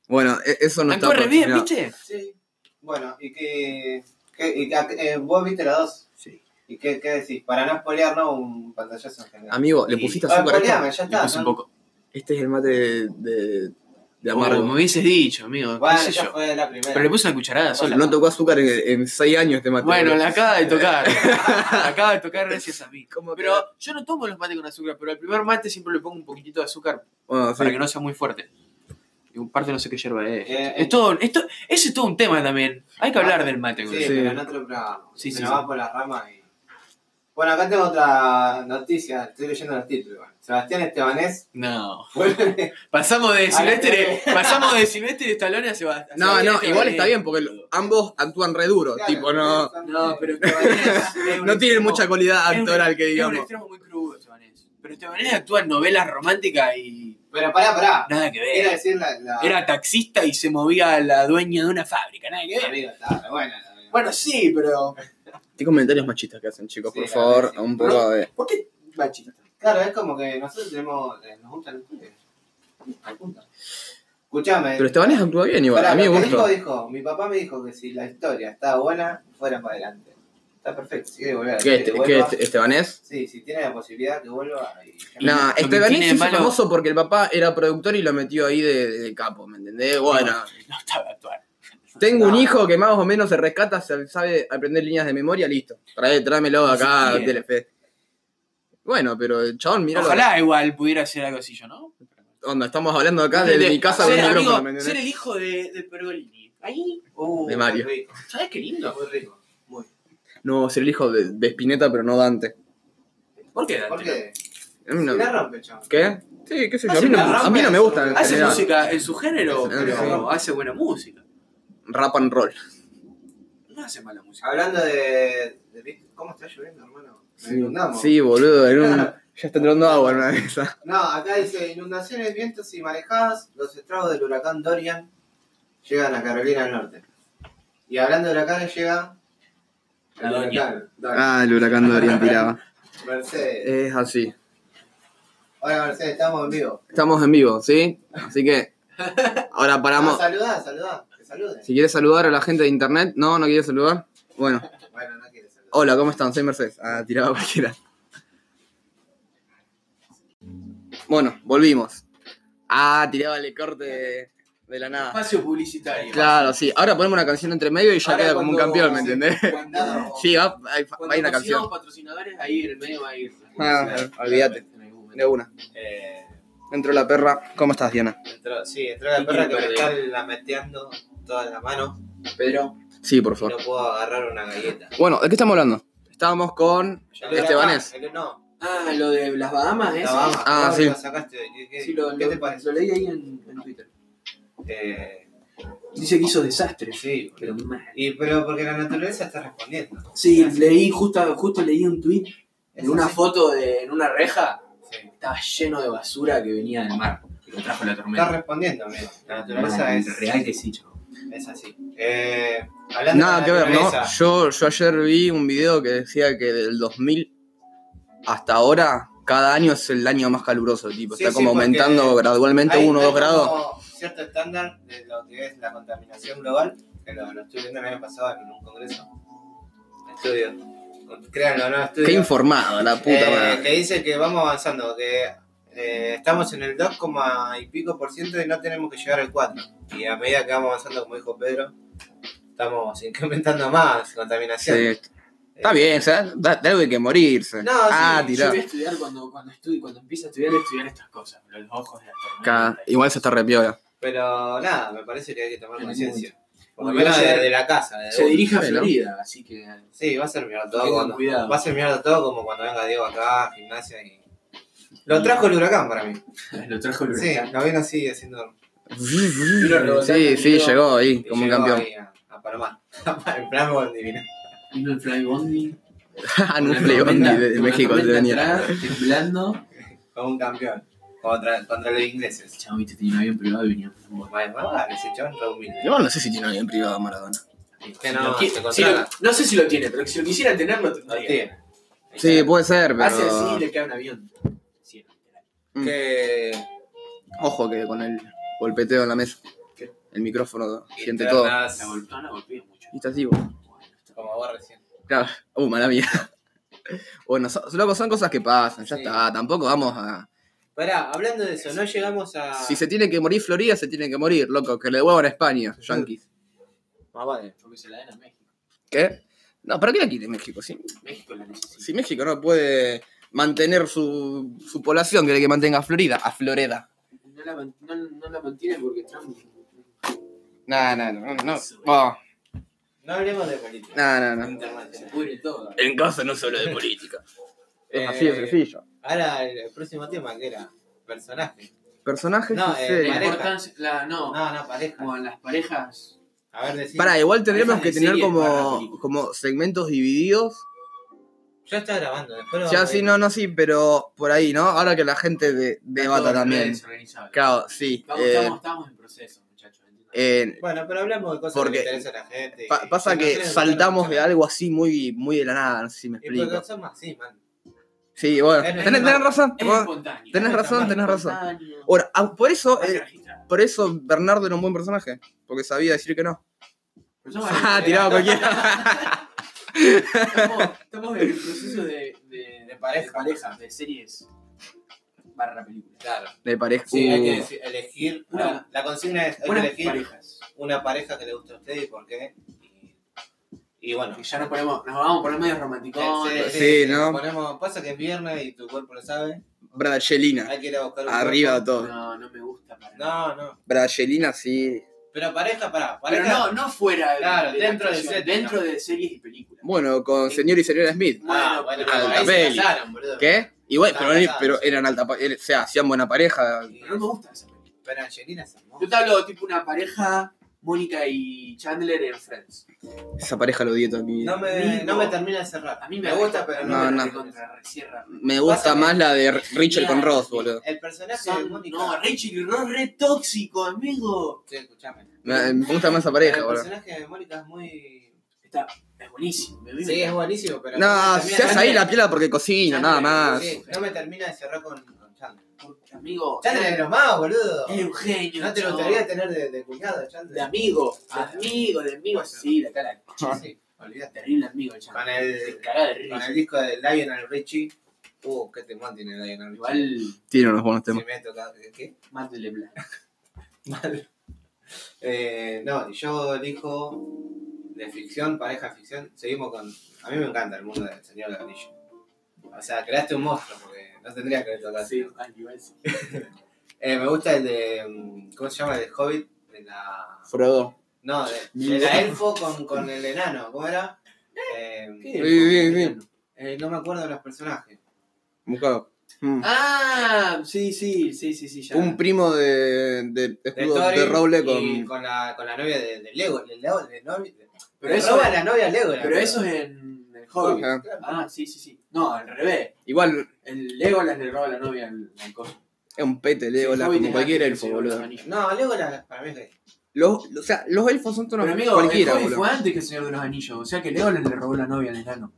[SPEAKER 2] Bueno, e- eso no está
[SPEAKER 1] Actúa re bien,
[SPEAKER 2] patrocinado.
[SPEAKER 1] ¿viste?
[SPEAKER 3] Sí. Bueno, y que. que- y que- eh, vos viste la dos.
[SPEAKER 1] Sí.
[SPEAKER 3] ¿Y qué, qué decís? Para no spoilear, no un pantallazo en general.
[SPEAKER 2] Amigo, ¿le
[SPEAKER 1] Sí.
[SPEAKER 2] pusiste
[SPEAKER 3] Ah,
[SPEAKER 2] azúcar a esto?
[SPEAKER 3] spoileame, ya
[SPEAKER 1] Le
[SPEAKER 3] está.
[SPEAKER 1] puse
[SPEAKER 3] ¿no?
[SPEAKER 1] un poco.
[SPEAKER 2] Este es el mate de, de, de
[SPEAKER 1] Como me
[SPEAKER 2] amargo.
[SPEAKER 1] hubieses dicho, amigo,
[SPEAKER 3] Bueno,
[SPEAKER 1] qué sé
[SPEAKER 3] ya
[SPEAKER 1] yo.
[SPEAKER 3] fue la primera.
[SPEAKER 1] Pero le puse una cucharada sola.
[SPEAKER 2] No tocó azúcar en, en seis años este mate.
[SPEAKER 1] Bueno,
[SPEAKER 2] boludo.
[SPEAKER 1] la acaba de tocar. la acaba de tocar gracias a mí.
[SPEAKER 2] ¿Cómo que-
[SPEAKER 1] Pero yo no tomo los mates con azúcar, pero al primer mate siempre le pongo un poquitito de azúcar
[SPEAKER 2] Bueno, sí.
[SPEAKER 1] para que no sea muy fuerte. Y un parte no sé qué hierba es.
[SPEAKER 3] Eh,
[SPEAKER 1] es todo, esto, ese es todo un tema también. Hay que
[SPEAKER 2] Ah,
[SPEAKER 1] hablar del mate.
[SPEAKER 3] Sí,
[SPEAKER 1] güey.
[SPEAKER 3] pero en otro programa.
[SPEAKER 1] Sí,
[SPEAKER 3] Se
[SPEAKER 1] sí,
[SPEAKER 3] nos
[SPEAKER 1] sí.
[SPEAKER 3] va por las ramas y. Bueno, acá tengo otra noticia. Estoy leyendo los títulos. igual. Sebastián Estebanés.
[SPEAKER 1] No.
[SPEAKER 3] vuelve-
[SPEAKER 1] Pasamos de
[SPEAKER 3] Ay,
[SPEAKER 1] Silvestre,
[SPEAKER 3] no.
[SPEAKER 1] pasamos de Silvestre de Stallone a Sebastián.
[SPEAKER 2] Ah, No,
[SPEAKER 1] Silvestre
[SPEAKER 2] no, igual
[SPEAKER 1] Stallone.
[SPEAKER 2] está bien porque lo- ambos actúan re duro.
[SPEAKER 3] Claro,
[SPEAKER 2] tipo, no,
[SPEAKER 1] No, pero Estebanés es un
[SPEAKER 2] no tienen
[SPEAKER 1] extremo-
[SPEAKER 2] mucha cualidad
[SPEAKER 1] es un-
[SPEAKER 2] actoral que
[SPEAKER 1] Es un
[SPEAKER 2] digamos.
[SPEAKER 1] extremo muy crudo, Estebanés. Pero Estebanés actúa en novelas románticas y
[SPEAKER 3] Pero pará, pará.
[SPEAKER 1] nada que ver.
[SPEAKER 3] Quiero decir la. la...
[SPEAKER 1] eh, Era taxista y se movía a la dueña de una fábrica, nada que ver.
[SPEAKER 3] Amigo, está re buena. la verdad.
[SPEAKER 1] Bueno, sí, pero.
[SPEAKER 2] Qué comentarios machistas que hacen, chicos,
[SPEAKER 3] Sí,
[SPEAKER 2] por
[SPEAKER 3] la
[SPEAKER 2] favor,
[SPEAKER 3] verdad, sí.
[SPEAKER 2] un poco de.
[SPEAKER 1] ¿Por qué machista?
[SPEAKER 3] Claro, es como que nosotros tenemos. eh, Nos gustan los títulos. Nos gustan. Escuchame.
[SPEAKER 2] Pero Estebanés actúa bien igual,
[SPEAKER 3] Pará,
[SPEAKER 2] a mí me
[SPEAKER 3] lo que
[SPEAKER 2] gustó.
[SPEAKER 3] dijo, dijo, mi papá me dijo que si la historia estaba buena, fuera para adelante. Está perfecto, si quiere volver a
[SPEAKER 2] ¿Qué,
[SPEAKER 3] decir
[SPEAKER 2] este,
[SPEAKER 3] que
[SPEAKER 2] qué
[SPEAKER 3] vuelva,
[SPEAKER 2] este- Estebanés?
[SPEAKER 3] Sí, si tiene la posibilidad que vuelva. Y...
[SPEAKER 2] No,
[SPEAKER 1] que
[SPEAKER 2] Estebanés
[SPEAKER 1] tiene
[SPEAKER 2] se
[SPEAKER 1] de
[SPEAKER 2] hizo
[SPEAKER 1] malo-
[SPEAKER 2] famoso porque el papá era productor y lo metió ahí de, de capo, ¿me entendés? Bueno,
[SPEAKER 1] No estaba actuar.
[SPEAKER 2] tengo
[SPEAKER 1] Ah.
[SPEAKER 2] un
[SPEAKER 3] No.
[SPEAKER 2] hijo que más o menos se rescata, se sabe aprender líneas de memoria, listo. Trae, tráemelo acá a
[SPEAKER 1] Bien.
[SPEAKER 2] Telefe. Bueno, pero el chabón, míralo.
[SPEAKER 1] Ojalá igual pudiera hacer algo así yo, ¿no?
[SPEAKER 2] Onda, estamos hablando acá Ah, de,
[SPEAKER 1] De-
[SPEAKER 2] mi casa con
[SPEAKER 1] ser,
[SPEAKER 2] un
[SPEAKER 1] amigo,
[SPEAKER 2] micrófono, ¿me
[SPEAKER 1] ser
[SPEAKER 2] entendés?
[SPEAKER 1] el hijo de, de Pergolini. Ahí. Oh,
[SPEAKER 2] De Mario.
[SPEAKER 3] Muy rico,
[SPEAKER 1] ¿Sabes qué lindo?
[SPEAKER 3] muy rico.
[SPEAKER 2] No, ser el hijo de, de Spinetta, pero no Dante.
[SPEAKER 1] ¿Por qué? Dante?
[SPEAKER 3] Porque
[SPEAKER 2] A mí no-
[SPEAKER 3] se la rompe, chaval.
[SPEAKER 2] ¿Qué? Sí, qué sé yo.
[SPEAKER 1] Ah,
[SPEAKER 2] A mí
[SPEAKER 1] se
[SPEAKER 2] no,
[SPEAKER 1] la
[SPEAKER 2] a
[SPEAKER 3] rompe
[SPEAKER 2] mí no me
[SPEAKER 3] eso,
[SPEAKER 2] gusta. en
[SPEAKER 3] boludo.
[SPEAKER 1] Hace
[SPEAKER 2] general.
[SPEAKER 1] música en su género,
[SPEAKER 3] Sí.
[SPEAKER 1] pero hace buena música.
[SPEAKER 2] Rap and roll.
[SPEAKER 1] No hace mala música.
[SPEAKER 2] Ah.
[SPEAKER 3] Hablando de, de- ¿Cómo está lloviendo, hermano? Nos
[SPEAKER 2] Sí,
[SPEAKER 3] inundamos.
[SPEAKER 2] sí, boludo. en un- ya está entrando agua en una de esas.
[SPEAKER 3] No, acá dice: inundaciones, vientos y marejadas, los estragos del huracán Dorian llegan a Carolina del Norte. Y hablando de huracanes, llega.
[SPEAKER 1] La doña.
[SPEAKER 3] huracán, Dorian.
[SPEAKER 2] Ah, Eh. el huracán Dorian tiraba.
[SPEAKER 3] Mercedes.
[SPEAKER 2] Es así.
[SPEAKER 3] Hola Mercedes, estamos en vivo.
[SPEAKER 2] Estamos en vivo, ¿sí? Así que ahora
[SPEAKER 3] Vamos.
[SPEAKER 2] paramos.
[SPEAKER 3] Ah, saludá, saludá, que saluden.
[SPEAKER 2] Si quieres saludar a la gente de internet, no, no quieres saludar. Bueno,
[SPEAKER 3] Bueno, no quiere saludar.
[SPEAKER 2] hola, ¿cómo están? Soy Mercedes. Ah, tiraba cualquiera. Bueno, volvimos. Ah, tiraba el corte de, de la nada.
[SPEAKER 1] Espacio publicitario.
[SPEAKER 2] Claro, sí. Ahora ponemos una canción entre medio y ya
[SPEAKER 1] Ahora
[SPEAKER 2] queda como un
[SPEAKER 1] cuando-
[SPEAKER 2] campeón, ¿me entendés?
[SPEAKER 1] Cuando,
[SPEAKER 2] Sí, va, hay,
[SPEAKER 1] cuando
[SPEAKER 2] hay
[SPEAKER 1] consigamos
[SPEAKER 2] una canción.
[SPEAKER 1] patrocinadores, ahí en el medio va a ir.
[SPEAKER 2] Ah, olvídate.
[SPEAKER 1] En algún momento.
[SPEAKER 2] De una.
[SPEAKER 3] Eh,
[SPEAKER 2] Entró la perra. ¿Cómo estás, Diana?
[SPEAKER 3] entró, sí, entró la perra que me está lameteando toda la mano.
[SPEAKER 1] Pedro.
[SPEAKER 2] Sí, por
[SPEAKER 3] y No
[SPEAKER 2] favor.
[SPEAKER 3] puedo agarrar una galleta.
[SPEAKER 2] Bueno, ¿de qué estamos hablando? Estábamos con. este
[SPEAKER 3] Ya
[SPEAKER 2] Estebanés.
[SPEAKER 3] Ah, el- No,
[SPEAKER 1] Ah, lo de las Bahamas,
[SPEAKER 3] la
[SPEAKER 1] eso.
[SPEAKER 3] Bahamas.
[SPEAKER 2] Ah, sí.
[SPEAKER 3] lo sacaste. Eh, ¿Qué, qué-
[SPEAKER 1] Sí, lo,
[SPEAKER 3] qué
[SPEAKER 1] lo-
[SPEAKER 3] te parece?
[SPEAKER 1] lo leí ahí en, en Twitter.
[SPEAKER 3] Eh,
[SPEAKER 1] Dice que hizo desastres,
[SPEAKER 3] Sí, boludo.
[SPEAKER 1] pero mal.
[SPEAKER 3] Y, pero porque la naturaleza está respondiendo.
[SPEAKER 1] Sí,
[SPEAKER 3] Así.
[SPEAKER 1] leí, justo, justo leí un tweet
[SPEAKER 3] Es
[SPEAKER 1] en una
[SPEAKER 3] así.
[SPEAKER 1] foto de en una reja,
[SPEAKER 3] Sí.
[SPEAKER 1] estaba lleno de basura que venía del mar, que lo trajo la
[SPEAKER 3] Está
[SPEAKER 1] tormenta.
[SPEAKER 3] respondiendo, amigo. La naturaleza
[SPEAKER 1] Mal,
[SPEAKER 3] es,
[SPEAKER 1] Real que sí, chavo.
[SPEAKER 3] es así. Eh, hablando
[SPEAKER 2] Nada
[SPEAKER 3] de
[SPEAKER 2] que
[SPEAKER 3] la
[SPEAKER 2] ver, ¿no?
[SPEAKER 3] naturaleza,
[SPEAKER 2] Yo, yo ayer vi un video que decía que del 2000 hasta ahora, cada año es el año más caluroso, tipo.
[SPEAKER 3] Sí,
[SPEAKER 2] está
[SPEAKER 3] sí,
[SPEAKER 2] como
[SPEAKER 3] porque
[SPEAKER 2] aumentando gradualmente
[SPEAKER 3] hay-
[SPEAKER 2] 1 o
[SPEAKER 3] hay
[SPEAKER 2] 2 grados.
[SPEAKER 3] como cierto estándar de lo que es la contaminación global, que lo, lo estuve viendo el año pasado en un congreso. Estudio. Créanlo, no, estudio.
[SPEAKER 2] Qué informado, la puta
[SPEAKER 3] Eh,
[SPEAKER 2] madre.
[SPEAKER 3] que dice que vamos avanzando, que eh, estamos en el 2, y pico por ciento y no tenemos que llegar al 4. Y a medida que vamos avanzando, como dijo Pedro, estamos incrementando más contaminación. Eh,
[SPEAKER 2] Sí. Está bien, o sea, da- de algo hay que morirse.
[SPEAKER 3] No,
[SPEAKER 2] ah,
[SPEAKER 3] sí,
[SPEAKER 1] Yo
[SPEAKER 2] tirá.
[SPEAKER 1] voy a estudiar cuando, cuando, estudie, cuando empiece a estudiar, voy a estudiar estas cosas, los ojos de la
[SPEAKER 2] Acá,
[SPEAKER 1] tormenta.
[SPEAKER 2] Igual se está repiola.
[SPEAKER 3] Pero nada, me parece que hay que tomar
[SPEAKER 1] En el
[SPEAKER 3] conciencia. Por lo
[SPEAKER 1] Porque
[SPEAKER 3] menos
[SPEAKER 1] va a ser-
[SPEAKER 3] desde la casa. de
[SPEAKER 1] Se
[SPEAKER 3] uno.
[SPEAKER 1] dirige a
[SPEAKER 2] Bueno.
[SPEAKER 1] Florida, así que
[SPEAKER 3] Sí, va a ser mierda todo.
[SPEAKER 1] tengan
[SPEAKER 3] cuando-
[SPEAKER 1] cuidado.
[SPEAKER 3] va a ser mierda todo como cuando venga Diego acá, gimnasia y. Lo trajo el huracán para mí.
[SPEAKER 1] Lo trajo el
[SPEAKER 3] Sí, lo vino así haciendo.
[SPEAKER 4] rebotar,
[SPEAKER 2] Sí, sí,
[SPEAKER 4] amigo.
[SPEAKER 2] llegó ahí, como un
[SPEAKER 3] llegó
[SPEAKER 2] campeón.
[SPEAKER 3] ahí A, a Panamá. en plan con divino.
[SPEAKER 1] Vino el Fly Bondi.
[SPEAKER 2] Ah, no,
[SPEAKER 1] una
[SPEAKER 2] un playboy
[SPEAKER 1] tormenta-
[SPEAKER 2] de, de
[SPEAKER 1] una
[SPEAKER 2] México,
[SPEAKER 1] tormenta
[SPEAKER 2] de venía.
[SPEAKER 1] atrás, temblando.
[SPEAKER 3] Como un campeón. Contra, contra los ingleses.
[SPEAKER 1] Chavo, viste, tenía un avión privado y venía un bondi.
[SPEAKER 3] Bueno, más vale, ese chabón re humilde.
[SPEAKER 2] Igual no sé si tiene alguien privado Maradona.
[SPEAKER 3] Que no,
[SPEAKER 1] Si
[SPEAKER 3] se
[SPEAKER 1] lo- si lo-
[SPEAKER 3] controla.
[SPEAKER 1] no sé si lo tiene, pero que si lo quisiera tener, lo
[SPEAKER 3] No
[SPEAKER 1] tendría.
[SPEAKER 2] eh,
[SPEAKER 3] tiene.
[SPEAKER 2] Sí, puede ser,
[SPEAKER 1] Hace así y
[SPEAKER 2] pero.
[SPEAKER 1] le cae un avión. Sí,
[SPEAKER 3] Que.
[SPEAKER 2] mm. Ojo que con el golpeteo en la mesa.
[SPEAKER 1] ¿Qué?
[SPEAKER 2] el micrófono siente todo.
[SPEAKER 3] internas,
[SPEAKER 1] La golpeó, la golpeó mucho.
[SPEAKER 2] Y está así, vos.
[SPEAKER 1] Bueno, está-
[SPEAKER 3] Como vos recién.
[SPEAKER 2] Claro. Uh, mala mía. bueno, son, loco, son cosas que pasan, ya
[SPEAKER 3] Sí.
[SPEAKER 2] está. Tampoco vamos a.
[SPEAKER 3] Pará, hablando de eso, no llegamos a.
[SPEAKER 2] Si se tiene que morir Florida, se tiene que morir, loco. Que le devuelvan a España, Yankees.
[SPEAKER 3] Más vale.
[SPEAKER 1] Porque se la den a México.
[SPEAKER 2] ¿Qué? No, ¿para qué la quiere México? Si,
[SPEAKER 1] México la necesita.
[SPEAKER 2] si México no puede mantener su, su población, quiere que mantenga a Florida, a Floreda.
[SPEAKER 1] No la, man- no, no la mantiene porque Trump.
[SPEAKER 2] No, no, no, no. Oh,
[SPEAKER 3] No hablemos de política.
[SPEAKER 2] no, no, no.
[SPEAKER 1] Se
[SPEAKER 3] Internacional.
[SPEAKER 1] pudre todo.
[SPEAKER 2] En casa no se habla de política.
[SPEAKER 3] Eh,
[SPEAKER 2] Así de sencillo.
[SPEAKER 3] Ahora el, el próximo tema que era personaje.
[SPEAKER 2] Personajes.
[SPEAKER 3] No,
[SPEAKER 2] y
[SPEAKER 3] eh,
[SPEAKER 2] series.
[SPEAKER 1] La
[SPEAKER 3] pareja.
[SPEAKER 1] importancia. La, no,
[SPEAKER 3] No, no, pareja.
[SPEAKER 1] como las parejas.
[SPEAKER 3] A ver, decimos.
[SPEAKER 2] Para, igual tendríamos
[SPEAKER 1] Esas
[SPEAKER 2] que
[SPEAKER 1] de
[SPEAKER 2] tener
[SPEAKER 1] series para
[SPEAKER 2] como,
[SPEAKER 1] películas.
[SPEAKER 2] como segmentos divididos.
[SPEAKER 3] Ya está grabando, después lo
[SPEAKER 2] Ya
[SPEAKER 3] vamos a
[SPEAKER 2] sí,
[SPEAKER 3] ir.
[SPEAKER 2] no, no, sí, pero por ahí, ¿no? Ahora que la gente de- debata
[SPEAKER 1] Todo
[SPEAKER 2] también.
[SPEAKER 1] desorganizable.
[SPEAKER 2] Claro, sí.
[SPEAKER 1] Estamos,
[SPEAKER 2] eh,
[SPEAKER 1] estamos, estamos en proceso, muchachos. ¿entiendes?
[SPEAKER 2] eh,
[SPEAKER 3] Bueno, pero hablamos de cosas
[SPEAKER 2] Porque
[SPEAKER 3] que le interesan a la gente.
[SPEAKER 2] pa-
[SPEAKER 3] y-
[SPEAKER 2] pasa
[SPEAKER 3] y
[SPEAKER 2] que
[SPEAKER 3] nosotros
[SPEAKER 2] saltamos de
[SPEAKER 3] nosotros-
[SPEAKER 2] algo así muy, muy de la nada, no sé si me
[SPEAKER 3] Y porque
[SPEAKER 2] explico.
[SPEAKER 3] somos así, man.
[SPEAKER 2] Sí, bueno.
[SPEAKER 3] Es
[SPEAKER 2] Tenés,
[SPEAKER 3] normal.
[SPEAKER 2] tenés razón.
[SPEAKER 1] es
[SPEAKER 2] vos-
[SPEAKER 1] espontáneo.
[SPEAKER 2] tenés
[SPEAKER 1] Es
[SPEAKER 2] razón, tenés razón.
[SPEAKER 1] espontáneo.
[SPEAKER 2] Ahora, ah, por eso,
[SPEAKER 1] Hay que
[SPEAKER 2] eh,
[SPEAKER 1] registrar.
[SPEAKER 2] por eso Bernardo era un buen personaje. Porque sabía decir que no.
[SPEAKER 1] Pero somos-
[SPEAKER 2] Ah, tirado cualquiera.
[SPEAKER 1] Estamos, estamos en el proceso de, de,
[SPEAKER 3] De pareja.
[SPEAKER 1] de parejas, de series barra películas.
[SPEAKER 3] Claro.
[SPEAKER 2] Me parece.
[SPEAKER 3] Sí, hay que
[SPEAKER 2] Uh,
[SPEAKER 3] deci- elegir.
[SPEAKER 1] Una-
[SPEAKER 3] no, la consigna es hay que
[SPEAKER 1] Buenas
[SPEAKER 3] elegir
[SPEAKER 1] parejas.
[SPEAKER 3] una pareja que le guste a usted y por qué. Y, y bueno.
[SPEAKER 1] Que ya nos ponemos, nos vamos a poner medio románticos.
[SPEAKER 3] Eh,
[SPEAKER 2] sí, ¿no?
[SPEAKER 3] ponemos- pasa que es viernes y tu cuerpo lo sabe.
[SPEAKER 2] Bragelina.
[SPEAKER 3] Hay que ir a buscar un
[SPEAKER 2] Arriba de
[SPEAKER 3] cuerpo.
[SPEAKER 2] todo.
[SPEAKER 1] No, no me gusta para nada.
[SPEAKER 3] No, no.
[SPEAKER 2] Bragelina, sí.
[SPEAKER 3] Pero pareja, pará. Pareja,
[SPEAKER 1] Pero no, no fuera de- la
[SPEAKER 3] Claro, dentro de
[SPEAKER 1] actuación,
[SPEAKER 3] series,
[SPEAKER 1] dentro de series y películas.
[SPEAKER 2] Bueno, con señor y señora Smith.
[SPEAKER 3] Ah,
[SPEAKER 1] bueno,
[SPEAKER 3] bueno,
[SPEAKER 2] alta
[SPEAKER 3] ahí se
[SPEAKER 2] peli.
[SPEAKER 3] casaron, boludo.
[SPEAKER 2] ¿Qué? Igual,
[SPEAKER 3] Estaban
[SPEAKER 2] pero, ni-
[SPEAKER 3] casados.
[SPEAKER 2] pero eran alta pa- er- o sea, hacían buena pareja.
[SPEAKER 3] Y-
[SPEAKER 1] Pero no me gusta esa película.
[SPEAKER 3] Pero Angelina es hermosa.
[SPEAKER 1] Yo te hablo tipo una pareja, Mónica y Chandler en Friends.
[SPEAKER 2] Esa pareja lo odié toda mi vida.
[SPEAKER 3] No me, no me termina de cerrar.
[SPEAKER 1] A mí me,
[SPEAKER 3] gusta, pero
[SPEAKER 2] no,
[SPEAKER 1] no,
[SPEAKER 2] no.
[SPEAKER 1] no.
[SPEAKER 2] Me gusta
[SPEAKER 3] Pásame.
[SPEAKER 2] más la de R- Rachel con Ross, boludo.
[SPEAKER 3] El personaje de Mónica.
[SPEAKER 1] No, Rachel y Ross re tóxico, amigo.
[SPEAKER 3] Sí, escuchame.
[SPEAKER 2] Me, me gusta más esa pareja,
[SPEAKER 3] el
[SPEAKER 2] boludo.
[SPEAKER 3] personaje de Mónica es muy.
[SPEAKER 1] Está, es buenísimo. Me
[SPEAKER 3] Sí, es buenísimo, pero.
[SPEAKER 2] No,
[SPEAKER 3] me
[SPEAKER 2] se
[SPEAKER 3] termina-
[SPEAKER 2] hace ahí la piola porque cocina, nada más.
[SPEAKER 3] Sí, no me termina de cerrar con, con Chandler.
[SPEAKER 1] Porque, amigo,
[SPEAKER 3] Chandler es lo más, boludo.
[SPEAKER 1] es un genio.
[SPEAKER 3] No te
[SPEAKER 1] chabón.
[SPEAKER 3] gustaría tener de, de cuñado, Chandler.
[SPEAKER 1] De amigo, amigo, de amigo. Sí, de acá la
[SPEAKER 3] Sí, sí, olvídate.
[SPEAKER 1] terrible amigo, chaval.
[SPEAKER 3] Con el,
[SPEAKER 1] Se caga de
[SPEAKER 3] con
[SPEAKER 1] risa.
[SPEAKER 3] el disco de Lionel Richie. Uh, qué temón tiene Lionel Richie.
[SPEAKER 1] Igual,
[SPEAKER 2] Tiene unos buenos
[SPEAKER 3] Si
[SPEAKER 2] temas.
[SPEAKER 3] me ha tocado. ¿Qué?
[SPEAKER 1] más de Leblanc.
[SPEAKER 3] Eh, no, yo elijo de ficción, pareja ficción. Seguimos con. A mí me encanta el mundo del Señor del Anillo. O sea, creaste un monstruo porque no tendría que haber tocado así.
[SPEAKER 1] Sí, ah, igual sí.
[SPEAKER 3] Eh, me gusta el de. mm, ¿Cómo se llama? El de Hobbit. De la.
[SPEAKER 2] Frodo.
[SPEAKER 3] No, de, de la elfo con, con el enano. ¿Cómo era? Eh,
[SPEAKER 1] ¿Qué?
[SPEAKER 2] bien, bien.
[SPEAKER 3] eh, no me acuerdo de los personajes.
[SPEAKER 2] Buscado. Mm.
[SPEAKER 1] Ah, sí, sí, sí, sí, sí, ya.
[SPEAKER 2] Un primo de, de escudo de,
[SPEAKER 3] Thorin
[SPEAKER 2] roble
[SPEAKER 3] y
[SPEAKER 2] con.
[SPEAKER 3] con la, con la novia de, de Lego. De Lego de novia-
[SPEAKER 1] pero
[SPEAKER 3] le
[SPEAKER 1] eso,
[SPEAKER 3] roba la novia a Lego. la
[SPEAKER 1] pero
[SPEAKER 3] verdad.
[SPEAKER 1] eso es en el Hobbit.
[SPEAKER 2] Ajá.
[SPEAKER 1] Ah, sí, sí, sí. No, al revés.
[SPEAKER 2] Igual
[SPEAKER 1] El Legolas le roba la novia al, al coso.
[SPEAKER 2] es un pete, Leo,
[SPEAKER 1] Sí, el Hobbit
[SPEAKER 2] como
[SPEAKER 1] es
[SPEAKER 2] cualquier
[SPEAKER 1] antes que
[SPEAKER 2] elfo,
[SPEAKER 1] se roba los
[SPEAKER 2] boludo.
[SPEAKER 1] anillos.
[SPEAKER 3] No, Lego la, para mí es gay.
[SPEAKER 2] Los, o sea, los elfos son tonos
[SPEAKER 1] Pero amigo,
[SPEAKER 2] cualquiera,
[SPEAKER 1] el Hobbit
[SPEAKER 2] boludo.
[SPEAKER 1] fue antes que el Señor de los Anillos. O sea que Legolas le robó la novia al enano.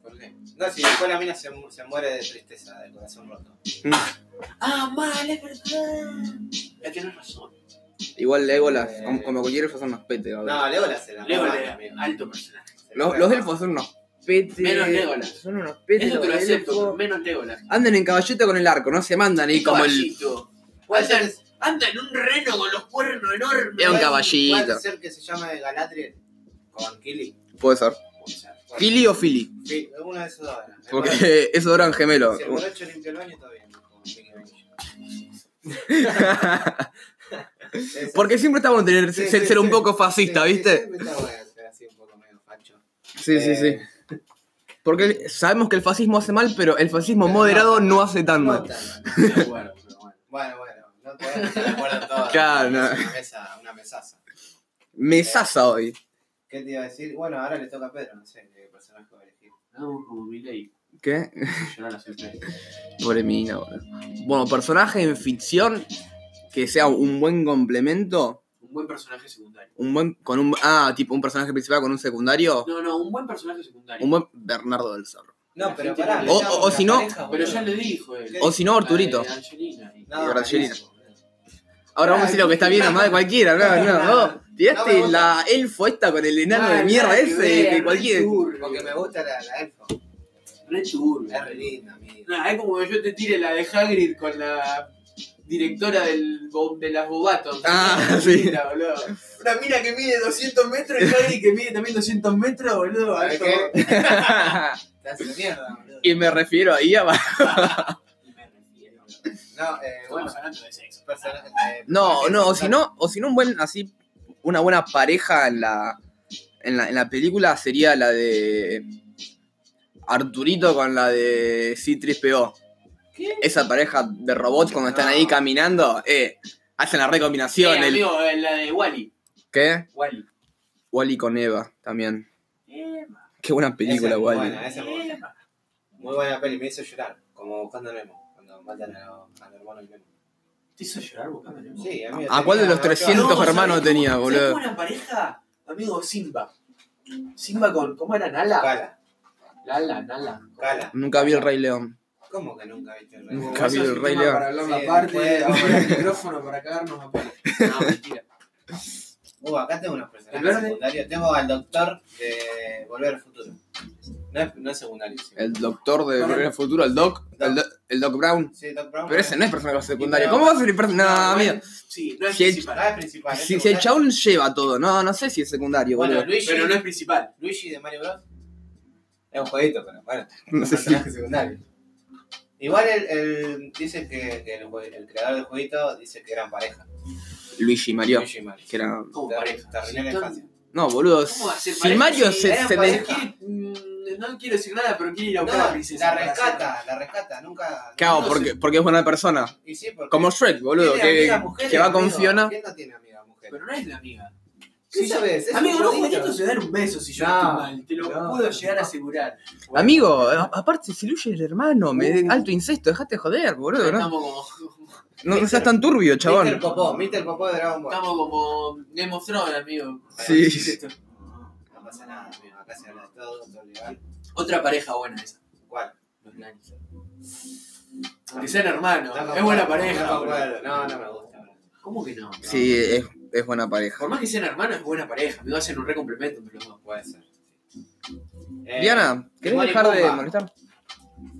[SPEAKER 3] ¿Por qué? No, si después la mina se, mu- se muere de tristeza, del corazón roto.
[SPEAKER 1] Ah, mal, es verdad. Ya tienes razón.
[SPEAKER 2] Igual Legolas,
[SPEAKER 3] Eh.
[SPEAKER 2] como, como cualquier elfo son unos pete, boludo.
[SPEAKER 3] No, Lego la se la
[SPEAKER 1] Legolas,
[SPEAKER 3] roba también.
[SPEAKER 1] alto personaje.
[SPEAKER 3] Se la
[SPEAKER 2] Los,
[SPEAKER 3] roba.
[SPEAKER 2] los elfos son unos pete.
[SPEAKER 1] Menos Legolas.
[SPEAKER 2] Son unos pete.
[SPEAKER 1] Eso te Este lo
[SPEAKER 2] los
[SPEAKER 1] acepto,
[SPEAKER 2] elfos.
[SPEAKER 1] pero menos Legolas.
[SPEAKER 2] Andan en caballito con el arco, no se mandan ahí
[SPEAKER 1] Y
[SPEAKER 2] como el.
[SPEAKER 1] caballito.
[SPEAKER 3] Puede ser-
[SPEAKER 1] Andan, andan en un reno con los cuernos enormes.
[SPEAKER 2] Es un
[SPEAKER 3] puede-
[SPEAKER 2] caballito.
[SPEAKER 3] Puede ser que se llame Galadriel con Kili.
[SPEAKER 2] Puede ser.
[SPEAKER 3] Puede ser.
[SPEAKER 2] ¿Fili o Fili?
[SPEAKER 3] Sí, uno de esos dos. ahora.
[SPEAKER 2] Porque esos eran gemelos.
[SPEAKER 3] Si el borracho limpia el baño, está bien. con Mickey Mouse. Ese-
[SPEAKER 2] Porque siempre está bueno tener,
[SPEAKER 3] Sí,
[SPEAKER 2] ser,
[SPEAKER 3] sí,
[SPEAKER 2] ser un
[SPEAKER 3] sí.
[SPEAKER 2] poco fascista,
[SPEAKER 3] Sí, sí,
[SPEAKER 2] ¿viste?
[SPEAKER 3] siempre está bueno ser así un poco medio facho.
[SPEAKER 2] Sí, sí, sí.
[SPEAKER 3] Eh,
[SPEAKER 2] Porque el- sabemos que el fascismo hace mal, pero el fascismo
[SPEAKER 3] Pero
[SPEAKER 2] moderado
[SPEAKER 3] no,
[SPEAKER 2] no hace tan
[SPEAKER 3] no
[SPEAKER 2] mal.
[SPEAKER 3] tan mal.
[SPEAKER 1] Pero bueno, pero bueno.
[SPEAKER 3] Bueno, bueno, no podemos estar de acuerdo en todo.
[SPEAKER 2] Claro, no.
[SPEAKER 3] Es Una, mesa, una mesaza.
[SPEAKER 2] Me sasa hoy.
[SPEAKER 3] ¿Qué te iba a decir? Bueno, ahora le toca a Pedro, no sé qué personaje va a elegir.
[SPEAKER 1] Hagamos como Miley.
[SPEAKER 2] ¿Qué?
[SPEAKER 1] Yo no la acepté.
[SPEAKER 2] Pobre mina, boludo. Bueno, personaje en ficción que sea un buen complemento.
[SPEAKER 1] Un buen personaje secundario.
[SPEAKER 2] Un buen. con un. Ah, tipo un personaje principal con un secundario.
[SPEAKER 1] No, no, un buen personaje secundario.
[SPEAKER 2] Un buen Bernardo del Cerro.
[SPEAKER 3] No, pero
[SPEAKER 1] gente
[SPEAKER 3] pará.
[SPEAKER 1] que-
[SPEAKER 3] le
[SPEAKER 1] O-
[SPEAKER 3] llamo
[SPEAKER 2] o- o
[SPEAKER 3] la
[SPEAKER 2] si no-
[SPEAKER 3] pareja,
[SPEAKER 1] Ah, Pero
[SPEAKER 3] boludo.
[SPEAKER 1] ya le dijo él.
[SPEAKER 2] O si no, Arturito.
[SPEAKER 1] La de Angelina. Y-
[SPEAKER 2] y Angelina.
[SPEAKER 3] no, boludo.
[SPEAKER 2] Ahora vamos a decir lo que está bien o mal de cualquiera, no, no, no. Tiraste
[SPEAKER 3] No me gusta.
[SPEAKER 2] la elfo esta con el enano
[SPEAKER 1] Ah,
[SPEAKER 2] de mierda
[SPEAKER 1] nada que
[SPEAKER 2] ese,
[SPEAKER 1] ver,
[SPEAKER 2] que
[SPEAKER 1] re
[SPEAKER 2] cualquier.
[SPEAKER 1] turbio.
[SPEAKER 3] Porque me gusta la, la elfo.
[SPEAKER 1] Re turbio.
[SPEAKER 3] Es re linda, mi.
[SPEAKER 1] Nah, es como que yo te tire la de Hagrid con la directora del, bo- de las Bobaton.
[SPEAKER 2] Ah, sí.
[SPEAKER 1] Una mina que mide 200 metros y Hagrid que mide también 200 metros, boludo.
[SPEAKER 3] ¿Sabes
[SPEAKER 1] alto.
[SPEAKER 3] qué? Te hace mierda, boludo.
[SPEAKER 2] y me refiero ahí a.
[SPEAKER 3] No, eh, bueno,
[SPEAKER 1] Estamos hablando de sexo.
[SPEAKER 3] personaje. eh,
[SPEAKER 2] No,
[SPEAKER 3] personaje
[SPEAKER 2] no, o si
[SPEAKER 3] secundario.
[SPEAKER 2] no, o si no un buen, así, una buena pareja en la, en la, en la película sería la de Arturito con la de C3PO.
[SPEAKER 1] ¿Qué?
[SPEAKER 2] Esa pareja de robots cuando están ahí
[SPEAKER 3] No.
[SPEAKER 2] caminando, eh, hacen la recombinación.
[SPEAKER 1] Eh,
[SPEAKER 2] el-
[SPEAKER 1] amigo, eh, la de Wally.
[SPEAKER 2] ¿Qué?
[SPEAKER 1] Wally.
[SPEAKER 2] Wally con Eva también. Qué buena
[SPEAKER 3] Esa
[SPEAKER 2] película,
[SPEAKER 3] es muy
[SPEAKER 2] Wally.
[SPEAKER 3] buena, Ah, esa es muy buena. Muy buena peli, me hizo llorar. Como buscando a Nemo, cuando matan a, a Hermano y Nemo.
[SPEAKER 1] ¿Te hizo llorar buscando el amor?
[SPEAKER 3] Sí, amigo.
[SPEAKER 2] ¿A cuál de los
[SPEAKER 3] tenía-
[SPEAKER 2] 300
[SPEAKER 1] ¿sabés
[SPEAKER 2] hermanos
[SPEAKER 1] cómo-
[SPEAKER 2] tenía,
[SPEAKER 1] ¿sabés
[SPEAKER 2] boludo?
[SPEAKER 1] cómo una pareja, amigo Simba. Simba con. ¿Cómo era Nala?
[SPEAKER 3] Cala,
[SPEAKER 1] Lala, Nala.
[SPEAKER 3] cala.
[SPEAKER 2] Nunca vi el Rey León.
[SPEAKER 3] ¿Cómo que nunca viste el rey?
[SPEAKER 2] Nunca
[SPEAKER 1] Bueno,
[SPEAKER 2] vi
[SPEAKER 1] eso es
[SPEAKER 2] el
[SPEAKER 1] un
[SPEAKER 2] Rey
[SPEAKER 1] tema
[SPEAKER 2] León.
[SPEAKER 1] Para hablarlo
[SPEAKER 3] Sí,
[SPEAKER 1] aparte,
[SPEAKER 3] bueno.
[SPEAKER 1] ahora el micrófono para cagarnos a palo. No, mentira.
[SPEAKER 3] Uh, acá tengo unos
[SPEAKER 1] ¿El
[SPEAKER 3] personajes
[SPEAKER 1] verde?
[SPEAKER 3] secundarios. Tengo al doctor de Volver al Futuro. No es, no es secundario. Sí.
[SPEAKER 2] El doctor de Volver al Futuro, el Doc, el, Doc- el Doc Brown.
[SPEAKER 3] Sí, Doc Brown.
[SPEAKER 2] Pero ese no es personaje secundario.
[SPEAKER 3] No.
[SPEAKER 2] ¿Cómo va a ser el personaje? No,
[SPEAKER 1] bueno,
[SPEAKER 2] amigo.
[SPEAKER 1] Sí, no es
[SPEAKER 2] Si el-
[SPEAKER 3] No,
[SPEAKER 1] principal.
[SPEAKER 3] es principal. es
[SPEAKER 2] Si, si el
[SPEAKER 3] secundario.
[SPEAKER 2] chabón lleva todo, no, no sé si es secundario,
[SPEAKER 3] Bueno,
[SPEAKER 2] boludo.
[SPEAKER 3] Luigi,
[SPEAKER 1] Pero no es principal.
[SPEAKER 3] Luigi de Mario Bros. Es un jueguito, pero bueno.
[SPEAKER 2] No sé si.
[SPEAKER 3] personaje secundario. Igual el, el- dice que, que el, jue- el creador del jueguito dice que eran pareja.
[SPEAKER 2] Luigi y Mario.
[SPEAKER 3] Luigi y Mario.
[SPEAKER 2] Que era...
[SPEAKER 1] Como
[SPEAKER 3] Te-
[SPEAKER 1] pareja.
[SPEAKER 3] te arruiné la
[SPEAKER 1] Si
[SPEAKER 3] infancia.
[SPEAKER 2] No, boludo.
[SPEAKER 1] ¿Cómo va a ser
[SPEAKER 2] Si
[SPEAKER 1] pareja?
[SPEAKER 2] Mario
[SPEAKER 1] Si
[SPEAKER 2] se.
[SPEAKER 3] era
[SPEAKER 2] se
[SPEAKER 3] pareja.
[SPEAKER 1] Quiere- mm, No quiero decir nada, pero quiere ir a
[SPEAKER 3] No,
[SPEAKER 1] buscar a la princesa.
[SPEAKER 3] la
[SPEAKER 1] para hacer-
[SPEAKER 3] rescata, la rescata, nunca.
[SPEAKER 2] ¿Qué hago?
[SPEAKER 3] no sé.
[SPEAKER 2] Porque, porque es buena persona.
[SPEAKER 3] Y sí, porque
[SPEAKER 2] Como Shrek, boludo.
[SPEAKER 3] tiene
[SPEAKER 2] Que,
[SPEAKER 3] amigas mujeres,
[SPEAKER 2] que va con
[SPEAKER 3] amigo.
[SPEAKER 2] Fiona.
[SPEAKER 3] ¿Quién no tiene amiga mujer?
[SPEAKER 1] Pero no es la amiga.
[SPEAKER 3] ¿Qué
[SPEAKER 1] Sí,
[SPEAKER 3] sabes? Es
[SPEAKER 1] Amigo,
[SPEAKER 3] un
[SPEAKER 1] no
[SPEAKER 3] jueguito.
[SPEAKER 1] jueguitos se dan un beso si yo
[SPEAKER 3] No,
[SPEAKER 1] estoy mal. Te lo
[SPEAKER 3] no,
[SPEAKER 1] puedo
[SPEAKER 3] no.
[SPEAKER 1] llegar a asegurar. Bueno,
[SPEAKER 2] Amigo, a- aparte, si Luigi es el hermano, me,
[SPEAKER 1] Uh.
[SPEAKER 2] alto incesto, dejate de joder, boludo. No,
[SPEAKER 1] Estamos como,
[SPEAKER 2] no, no seas tan turbio,
[SPEAKER 3] Mr.
[SPEAKER 2] chabón.
[SPEAKER 3] Popó, Mr. Popó de Dragon Ball.
[SPEAKER 1] estamos como Game of Thrones, amigo.
[SPEAKER 2] Sí.
[SPEAKER 1] ¿Qué es esto?
[SPEAKER 3] No pasa nada, amigo. Acá se habla de todo, todo legal.
[SPEAKER 1] Otra pareja buena esa.
[SPEAKER 3] ¿Cuál?
[SPEAKER 1] Los Lannister. Aunque sean hermanos. es buena pareja.
[SPEAKER 3] No, me
[SPEAKER 1] boludo.
[SPEAKER 3] acuerdo. no, no me gusta. boludo.
[SPEAKER 1] ¿Cómo que no?
[SPEAKER 2] Sí, es, es buena pareja.
[SPEAKER 1] Por más que sean hermanos, es buena pareja. Me hacen un re complemento entre los dos.
[SPEAKER 3] Puede ser. Eh,
[SPEAKER 2] Diana, ¿querés
[SPEAKER 3] Timón y
[SPEAKER 2] dejar de
[SPEAKER 3] Pumba.
[SPEAKER 2] molestar?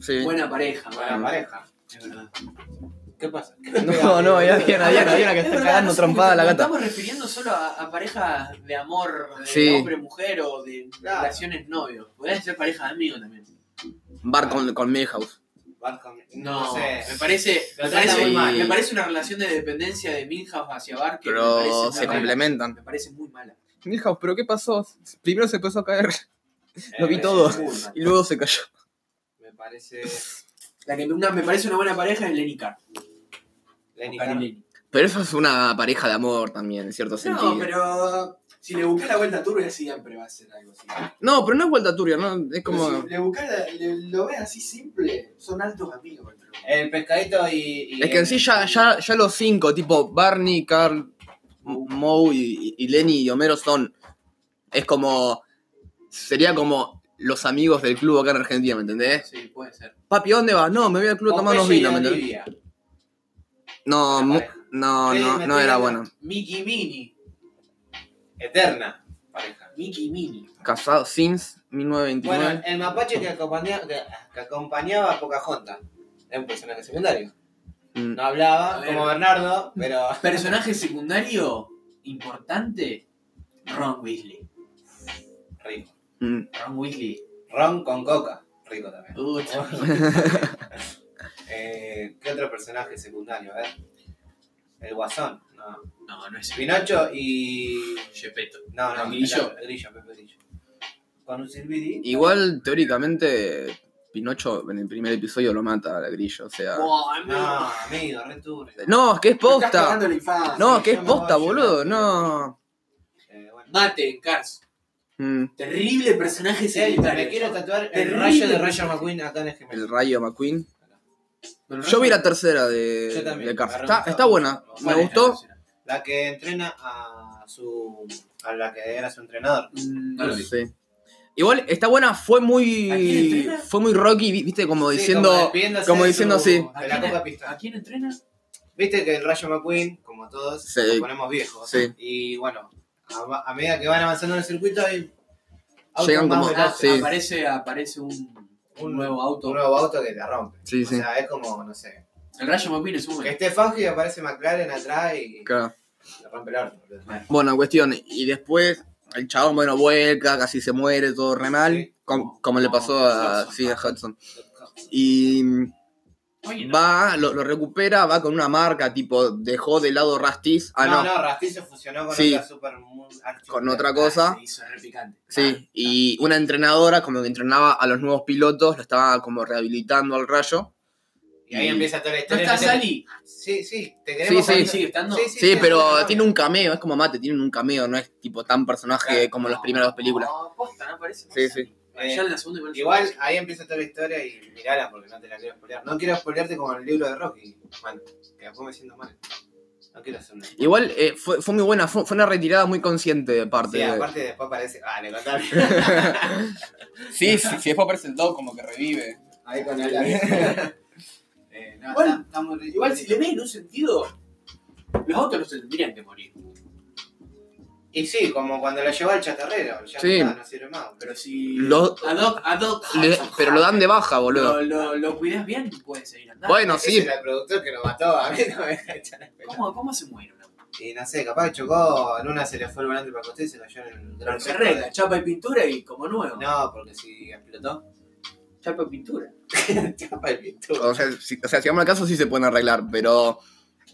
[SPEAKER 2] Sí.
[SPEAKER 1] Buena pareja,
[SPEAKER 3] Buena
[SPEAKER 1] boludo.
[SPEAKER 3] pareja.
[SPEAKER 1] Es verdad.
[SPEAKER 3] ¿Qué pasa?
[SPEAKER 2] No, no, ya Diana, Diana,
[SPEAKER 1] Aparte,
[SPEAKER 2] Diana, que
[SPEAKER 1] es
[SPEAKER 2] está
[SPEAKER 1] verdad, no
[SPEAKER 2] cagando
[SPEAKER 1] sé,
[SPEAKER 2] trompada a la
[SPEAKER 1] nos
[SPEAKER 2] gata.
[SPEAKER 1] Estamos refiriendo solo a, a parejas de amor, de
[SPEAKER 2] Sí.
[SPEAKER 1] hombre-mujer o de
[SPEAKER 3] Claro.
[SPEAKER 1] relaciones novios. Podrían ser parejas de amigos también.
[SPEAKER 2] Bar con, con Milhouse.
[SPEAKER 3] Barcom-
[SPEAKER 1] No,
[SPEAKER 3] No sé.
[SPEAKER 1] me parece, me
[SPEAKER 3] Lo trata
[SPEAKER 1] parece,
[SPEAKER 2] muy mal.
[SPEAKER 1] me parece una relación de dependencia de Milhouse hacia Bar que me parece
[SPEAKER 2] Pero
[SPEAKER 1] muy
[SPEAKER 2] se
[SPEAKER 1] mala.
[SPEAKER 2] complementan.
[SPEAKER 1] Me parece muy mala.
[SPEAKER 2] Milhouse, ¿pero qué pasó? Primero se empezó a caer
[SPEAKER 3] Eh,
[SPEAKER 2] lo vi
[SPEAKER 3] me
[SPEAKER 2] todo.
[SPEAKER 3] parece muy mal.
[SPEAKER 2] y luego se cayó.
[SPEAKER 3] Me parece.
[SPEAKER 1] La que una- me parece una buena pareja es Lenny Carr.
[SPEAKER 3] Lenny
[SPEAKER 1] Oscar y
[SPEAKER 3] Carr.
[SPEAKER 1] Lenny.
[SPEAKER 2] Pero eso es una pareja de amor también, en cierto sentido.
[SPEAKER 1] No, pero si le buscas la vuelta turbia siempre va a ser algo así.
[SPEAKER 2] No, pero no es vuelta turbia, ¿no? Es como.
[SPEAKER 1] Pero si le buscas, la- le- lo ves así simple, son altos amigos. entre los dos.
[SPEAKER 3] El pescadito y. y
[SPEAKER 2] Es que en sí ya, ya, ya los cinco, tipo Barney, Carl, M- Moe y, y Lenny y Homero son. Es como. Sería como los amigos del club acá en Argentina, ¿me
[SPEAKER 3] Eh.
[SPEAKER 2] entendés?
[SPEAKER 1] Sí, puede ser.
[SPEAKER 2] Papi, ¿a ¿dónde vas? No, me voy al club a tomar unos
[SPEAKER 3] Popeye y
[SPEAKER 2] vinos, ¿me entendés?
[SPEAKER 3] Olivia.
[SPEAKER 2] No,
[SPEAKER 3] La
[SPEAKER 2] mu-
[SPEAKER 3] pareja.
[SPEAKER 2] no,
[SPEAKER 3] Sí,
[SPEAKER 2] no,
[SPEAKER 3] me
[SPEAKER 2] no
[SPEAKER 3] estoy
[SPEAKER 2] era
[SPEAKER 3] dando-
[SPEAKER 2] bueno.
[SPEAKER 1] Mickey Mini.
[SPEAKER 3] Eterna pareja.
[SPEAKER 1] Mickey Mini.
[SPEAKER 2] Casado since 1929.
[SPEAKER 3] Bueno, el mapache que acompañaba, que, que acompañaba a Pocahontas. Era un personaje secundario.
[SPEAKER 2] Mm.
[SPEAKER 3] No
[SPEAKER 1] A
[SPEAKER 3] hablaba,
[SPEAKER 1] ver.
[SPEAKER 3] como Bernardo, pero.
[SPEAKER 1] Personaje secundario importante, Ron Weasley.
[SPEAKER 3] Rico.
[SPEAKER 2] Mm.
[SPEAKER 1] Ron Weasley.
[SPEAKER 3] Ron con coca. Rico también.
[SPEAKER 1] Uh,
[SPEAKER 3] Oh. Eh, ¿Qué otro personaje secundario? A ver. El guasón. No.
[SPEAKER 1] no, no es
[SPEAKER 3] Pinocho y.
[SPEAKER 1] Gepetto.
[SPEAKER 3] No,
[SPEAKER 2] Ah,
[SPEAKER 3] no,
[SPEAKER 1] Grillo.
[SPEAKER 3] el Grillo, Pepe Grillo. Con un silbidín.
[SPEAKER 2] Igual, teóricamente, Pinocho en el primer episodio lo mata al grillo, o sea.
[SPEAKER 3] No, amigo, re turbio.
[SPEAKER 2] No, es que es
[SPEAKER 1] Estás
[SPEAKER 2] posta.
[SPEAKER 1] cagando la infancia.
[SPEAKER 2] No, es que es
[SPEAKER 3] yo me
[SPEAKER 2] posta,
[SPEAKER 3] voy a
[SPEAKER 2] boludo.
[SPEAKER 3] llorar.
[SPEAKER 2] No.
[SPEAKER 3] Eh, bueno.
[SPEAKER 1] Mate en Cars.
[SPEAKER 2] Mm.
[SPEAKER 1] Terrible personaje
[SPEAKER 3] Sí,
[SPEAKER 1] secundario.
[SPEAKER 3] me quiero tatuar el
[SPEAKER 1] Terrible.
[SPEAKER 3] rayo de Roger McQueen acá en el gemelo.
[SPEAKER 2] El rayo McQueen.
[SPEAKER 1] Pero no
[SPEAKER 2] Yo vi
[SPEAKER 1] sé-
[SPEAKER 2] la tercera de,
[SPEAKER 3] Yo también,
[SPEAKER 2] de Cars.
[SPEAKER 3] me
[SPEAKER 2] Está,
[SPEAKER 3] gustó.
[SPEAKER 2] está buena. Me
[SPEAKER 1] ¿Cuál es la
[SPEAKER 2] gustó.
[SPEAKER 1] tercera?
[SPEAKER 3] La que entrena a su. a la que era su entrenador.
[SPEAKER 1] Mm, No lo vi.
[SPEAKER 2] Sí. Igual, está buena. Fue
[SPEAKER 1] ¿A quién
[SPEAKER 2] muy.
[SPEAKER 1] entrena?
[SPEAKER 2] Fue muy rocky, vi- viste, como
[SPEAKER 3] Sí,
[SPEAKER 2] diciendo.
[SPEAKER 3] despidiéndose
[SPEAKER 2] como
[SPEAKER 3] de
[SPEAKER 2] diciendo
[SPEAKER 3] su-
[SPEAKER 2] así.
[SPEAKER 3] De la coca pista.
[SPEAKER 1] ¿A quién entrena?
[SPEAKER 3] Viste que el Rayo McQueen, como todos,
[SPEAKER 2] Sí.
[SPEAKER 3] nos ponemos viejos.
[SPEAKER 2] Sí.
[SPEAKER 3] Y bueno, a, a medida que van avanzando en el circuito hay autos
[SPEAKER 2] Llegan
[SPEAKER 3] más
[SPEAKER 2] como- ah,
[SPEAKER 3] veloces.
[SPEAKER 2] Sí.
[SPEAKER 1] Ah, Aparece, aparece un, un nuevo auto.
[SPEAKER 3] Un nuevo auto que la rompe.
[SPEAKER 2] Sí,
[SPEAKER 3] o
[SPEAKER 2] sí.
[SPEAKER 3] sea, es como, no sé.
[SPEAKER 1] El Rayo McQueen es
[SPEAKER 3] este Que
[SPEAKER 1] un.
[SPEAKER 3] esté Fangio y aparece McLaren atrás y
[SPEAKER 2] Claro.
[SPEAKER 3] le rompe el orto. boludo.
[SPEAKER 2] Bueno, cuestión. Y después, el chabón, bueno, vuelca, casi se muere, todo re mal.
[SPEAKER 3] Sí.
[SPEAKER 2] Como, como le pasó a,
[SPEAKER 1] Hudson.
[SPEAKER 2] sí, a Hudson. Y
[SPEAKER 1] Oye, no.
[SPEAKER 2] va, lo, lo recupera, va con una marca, tipo, dejó de lado Rastis. Ah,
[SPEAKER 3] no,
[SPEAKER 2] no.
[SPEAKER 3] no, Rastil se fusionó con
[SPEAKER 2] Sí.
[SPEAKER 3] otra super. mu- archi-
[SPEAKER 2] Con otra
[SPEAKER 3] Ah,
[SPEAKER 2] cosa.
[SPEAKER 1] Se hizo re picante. Ah,
[SPEAKER 2] Sí, y una entrenadora como que entrenaba a los nuevos pilotos, lo estaba como rehabilitando al rayo.
[SPEAKER 3] Y ahí empieza toda la
[SPEAKER 1] ¿No
[SPEAKER 3] historia.
[SPEAKER 1] está
[SPEAKER 3] Te-
[SPEAKER 1] Sally?
[SPEAKER 3] Sí, sí, te
[SPEAKER 2] Sí,
[SPEAKER 3] queremos.
[SPEAKER 2] sí.
[SPEAKER 3] con-
[SPEAKER 1] ¿Sigue estando?
[SPEAKER 3] Sí, sí.
[SPEAKER 2] Sí, pero
[SPEAKER 3] sí,
[SPEAKER 2] tiene un cameo, es como mate, tienen un cameo, no es tipo tan personaje
[SPEAKER 3] Claro,
[SPEAKER 2] como las primeras dos películas.
[SPEAKER 1] No, posta, no aparece.
[SPEAKER 2] Sí, sí.
[SPEAKER 1] Ya en la segunda igual.
[SPEAKER 3] Igual ahí empieza toda la historia y mirala porque no te la quiero spoilear. No quiero spoilearte como en el libro de Rocky, man, que después me siento mal. No quiero hacer una.
[SPEAKER 2] Igual eh, fue, fue muy buena, fue, fue una retirada muy consciente de parte
[SPEAKER 3] Sí,
[SPEAKER 2] de-
[SPEAKER 3] aparte después aparece. Vale, contame.
[SPEAKER 2] Sí, sí, si después aparece el dog como que revive.
[SPEAKER 3] Ahí con el eh, no,
[SPEAKER 1] Igual-
[SPEAKER 3] está, está muy rico.
[SPEAKER 1] Igual si le ves en un sentido, los autos no se tendrían que morir.
[SPEAKER 3] Y sí, como cuando lo llevó al chatarrero, ya
[SPEAKER 2] Sí.
[SPEAKER 3] no, está, no sirve más.
[SPEAKER 1] Pero si.
[SPEAKER 2] Los-
[SPEAKER 1] A Doc, a Doc.
[SPEAKER 2] Le- pero lo dan de baja, boludo.
[SPEAKER 1] Lo, lo, lo cuidas bien, puede seguir andando.
[SPEAKER 2] Bueno,
[SPEAKER 3] Ese
[SPEAKER 2] sí,
[SPEAKER 3] Era el productor que lo mató, a mí no me echan la pelota.
[SPEAKER 1] ¿Cómo, cómo se muere un auto?
[SPEAKER 3] Y no sé, capaz que chocó, en una se le fue el volante para el costado y se cayó en el gran
[SPEAKER 1] Se arregla, chapa y pintura y como nuevo.
[SPEAKER 3] No, porque si explotó,
[SPEAKER 1] Chapa y pintura.
[SPEAKER 3] chapa el pintura.
[SPEAKER 2] o sea, si, o sea, si vamos al caso sí se pueden arreglar, pero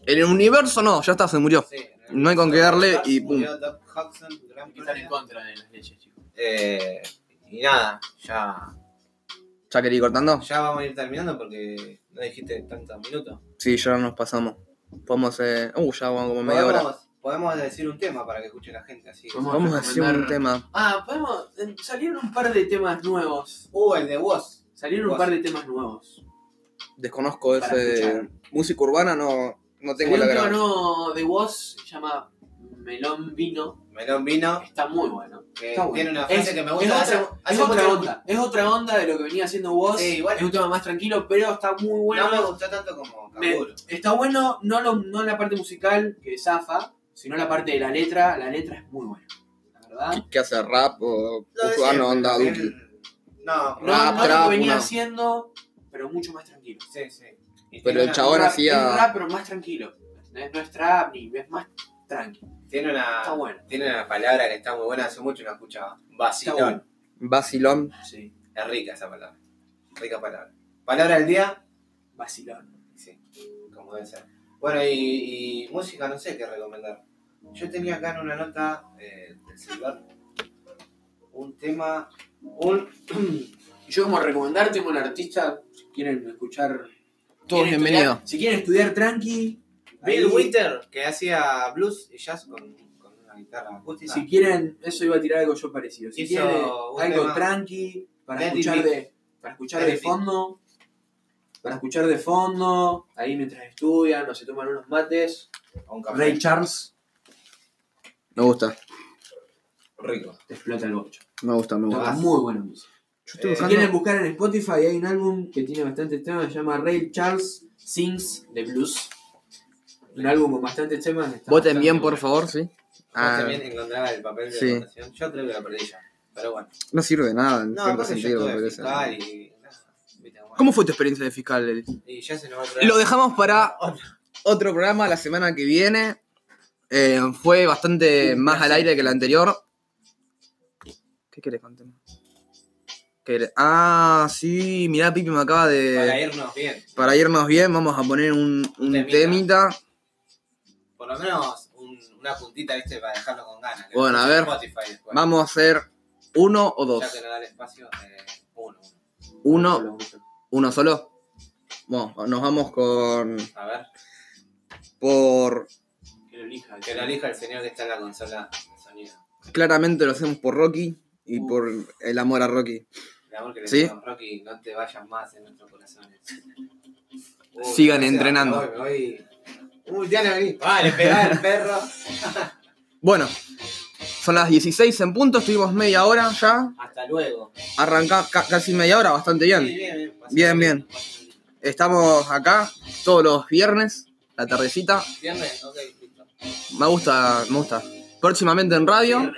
[SPEAKER 2] en el universo no, ya está, se murió.
[SPEAKER 3] Sí,
[SPEAKER 2] No hay con qué darle y pum.
[SPEAKER 3] Murió Doc Hudson, gran
[SPEAKER 1] Hay que estar en
[SPEAKER 3] pérdida.
[SPEAKER 1] contra de las leyes, chicos.
[SPEAKER 3] Eh, y nada, ya,
[SPEAKER 2] ¿Ya quería ir cortando?
[SPEAKER 3] ya vamos a ir terminando porque no dijiste tantos minutos.
[SPEAKER 2] Sí, ya nos pasamos. Podemos, eh... Uh, ya vamos como media hora.
[SPEAKER 3] Podemos, podemos decir un tema para que escuche la gente así.
[SPEAKER 1] ¿Cómo?
[SPEAKER 2] Vamos a hacer un
[SPEAKER 1] recomendar-
[SPEAKER 2] tema.
[SPEAKER 1] Ah, podemos. eh, Salieron un par de temas nuevos.
[SPEAKER 3] Uh, el de vos.
[SPEAKER 1] Salieron un par de temas nuevos.
[SPEAKER 2] Desconozco
[SPEAKER 1] Para
[SPEAKER 2] ese.
[SPEAKER 1] escuchar.
[SPEAKER 2] Música urbana no, no
[SPEAKER 1] Salió
[SPEAKER 2] tengo la
[SPEAKER 1] un tema
[SPEAKER 2] gran.
[SPEAKER 1] nuevo de Woz, se llama Melón Vino.
[SPEAKER 3] Melón vino.
[SPEAKER 1] Está muy bueno.
[SPEAKER 3] que
[SPEAKER 1] Está bueno.
[SPEAKER 3] Tiene una frase
[SPEAKER 1] Es-
[SPEAKER 3] que me
[SPEAKER 1] es
[SPEAKER 3] gusta.
[SPEAKER 1] otra-
[SPEAKER 3] hace- hace
[SPEAKER 1] es otra
[SPEAKER 3] mucho-
[SPEAKER 1] onda. Es otra onda de lo que venía haciendo Woz.
[SPEAKER 3] Sí, igual-
[SPEAKER 1] Es un tema más tranquilo, pero está muy bueno.
[SPEAKER 3] No me gustó tanto como
[SPEAKER 1] Me-
[SPEAKER 3] Kaburo.
[SPEAKER 1] está bueno, no, lo- no la parte musical, que zafa, sino la parte de la letra. La letra es muy buena, la verdad.
[SPEAKER 2] ¿Qué hace? ¿Rap o.?
[SPEAKER 3] Lo de
[SPEAKER 2] o- ah, no,
[SPEAKER 3] siempre,
[SPEAKER 2] onda,
[SPEAKER 3] el-
[SPEAKER 2] Duki.
[SPEAKER 3] No,
[SPEAKER 1] No,
[SPEAKER 2] Rap,
[SPEAKER 1] no lo
[SPEAKER 2] trap,
[SPEAKER 1] que venía
[SPEAKER 2] una-
[SPEAKER 1] haciendo, pero mucho más tranquilo.
[SPEAKER 3] sí, sí. Y
[SPEAKER 2] Pero
[SPEAKER 3] tiene
[SPEAKER 2] el
[SPEAKER 3] una-
[SPEAKER 2] chabón- Ahora
[SPEAKER 1] Rap-
[SPEAKER 2] sí
[SPEAKER 1] es
[SPEAKER 2] a-
[SPEAKER 1] rap, pero más tranquilo. ¿entendés? No es trap ni es más tranqui.
[SPEAKER 3] Tiene una,
[SPEAKER 1] Está bueno.
[SPEAKER 3] tiene una palabra que está muy buena, hace mucho no escuchaba. Vacilón.
[SPEAKER 1] Está bueno.
[SPEAKER 2] Basilón.
[SPEAKER 1] Sí,
[SPEAKER 3] Es rica esa palabra. Rica palabra. Palabra del día,
[SPEAKER 1] vacilón.
[SPEAKER 3] sí, como debe ser. Bueno, y, y música no sé qué recomendar. Yo tenía acá en una nota eh, del celular un tema, un...
[SPEAKER 1] Y Yo como recomendar tengo un artista quieren escuchar.
[SPEAKER 2] Todos
[SPEAKER 1] quieren
[SPEAKER 2] bienvenidos.
[SPEAKER 1] estudiar- Si quieren estudiar tranqui.
[SPEAKER 3] Bill
[SPEAKER 1] ahí-
[SPEAKER 3] Winter, que hacía blues y jazz con, con una guitarra acústica.
[SPEAKER 1] Si quieren, eso iba a tirar algo yo parecido. Si
[SPEAKER 3] Ah. Hizo
[SPEAKER 1] quieren
[SPEAKER 3] un
[SPEAKER 1] algo
[SPEAKER 3] tema.
[SPEAKER 1] tranqui, para
[SPEAKER 3] Let it
[SPEAKER 1] escuchar
[SPEAKER 3] be.
[SPEAKER 1] de, para escuchar
[SPEAKER 3] Let
[SPEAKER 1] de
[SPEAKER 3] it be.
[SPEAKER 1] fondo, para escuchar de fondo, ahí mientras estudian o se toman unos mates.
[SPEAKER 3] O un café.
[SPEAKER 1] Ray Charles
[SPEAKER 2] Me gusta,
[SPEAKER 3] Rico.
[SPEAKER 1] te explota el bocho.
[SPEAKER 2] me gusta, me gusta.
[SPEAKER 1] Toca
[SPEAKER 3] Ah.
[SPEAKER 1] muy buena música.
[SPEAKER 2] Yo estoy
[SPEAKER 3] Eh,
[SPEAKER 1] Si
[SPEAKER 2] buscando.
[SPEAKER 1] quieren buscar en Spotify, hay un álbum que tiene bastantes temas, se llama Ray Charles Sings the Blues. Un álbum con bastantes temas. está
[SPEAKER 2] Voten
[SPEAKER 1] bastante
[SPEAKER 2] bien,
[SPEAKER 1] bueno.
[SPEAKER 2] por favor, sí. Ah,
[SPEAKER 3] también encontraba el papel de
[SPEAKER 2] sí.
[SPEAKER 3] votación. Yo creo que lo perdí ya. Pero bueno.
[SPEAKER 2] no sirve de nada en
[SPEAKER 3] No,
[SPEAKER 2] cierto
[SPEAKER 3] aparte yo
[SPEAKER 2] sentido, me
[SPEAKER 3] estuve
[SPEAKER 2] parece.
[SPEAKER 3] fiscal y... nada, viste, bueno.
[SPEAKER 2] ¿Cómo fue tu experiencia de fiscal, Eli?
[SPEAKER 3] Y ya se nos va a traer-
[SPEAKER 2] Lo dejamos para
[SPEAKER 3] Otro.
[SPEAKER 2] otro programa la semana que viene. Eh, fue bastante más al aire que el anterior. ¿Qué querés contar? ¿Qué querés? Ah, sí, mirá, Pipi me acaba de.
[SPEAKER 3] Para irnos bien.
[SPEAKER 2] Para irnos bien, vamos a poner un, un
[SPEAKER 3] Temita.
[SPEAKER 2] temita.
[SPEAKER 3] Por lo menos un- una puntita, viste, para dejarlo con ganas. Que
[SPEAKER 2] Bueno,
[SPEAKER 3] lo
[SPEAKER 2] a
[SPEAKER 3] escuche en
[SPEAKER 2] ver.
[SPEAKER 3] Spotify después.
[SPEAKER 2] Vamos a hacer uno o dos.
[SPEAKER 3] Ya que no da el espacio, eh, uno. uno.
[SPEAKER 2] Uno, uno solo. Bueno, nos vamos con.
[SPEAKER 3] A ver,
[SPEAKER 2] por.
[SPEAKER 1] Que lo elija.
[SPEAKER 3] que lo elija el señor que está en la consola de sonido.
[SPEAKER 2] Claramente lo hacemos por Rocky y
[SPEAKER 1] Uh.
[SPEAKER 2] por el amor a Rocky.
[SPEAKER 3] El amor que le
[SPEAKER 2] ¿Sí?
[SPEAKER 3] tenemos, Rocky, no te vayas más en nuestros corazones. Uy,
[SPEAKER 2] Sigan
[SPEAKER 3] o sea,
[SPEAKER 2] entrenando.
[SPEAKER 3] me voy, me voy. Uy, ya no vení. Vale, pegá al perro.
[SPEAKER 2] Bueno, son las 16 en punto, estuvimos media hora ya.
[SPEAKER 3] Hasta luego.
[SPEAKER 2] Arranca ca- casi media hora, bastante
[SPEAKER 3] Sí,
[SPEAKER 2] bien.
[SPEAKER 3] bien, bien. Pásalo
[SPEAKER 2] Bien, bien.
[SPEAKER 3] pásalo bien.
[SPEAKER 2] Estamos acá todos los viernes, la tardecita.
[SPEAKER 3] Viernes, ok, listo.
[SPEAKER 2] Me gusta, me gusta. Próximamente en radio.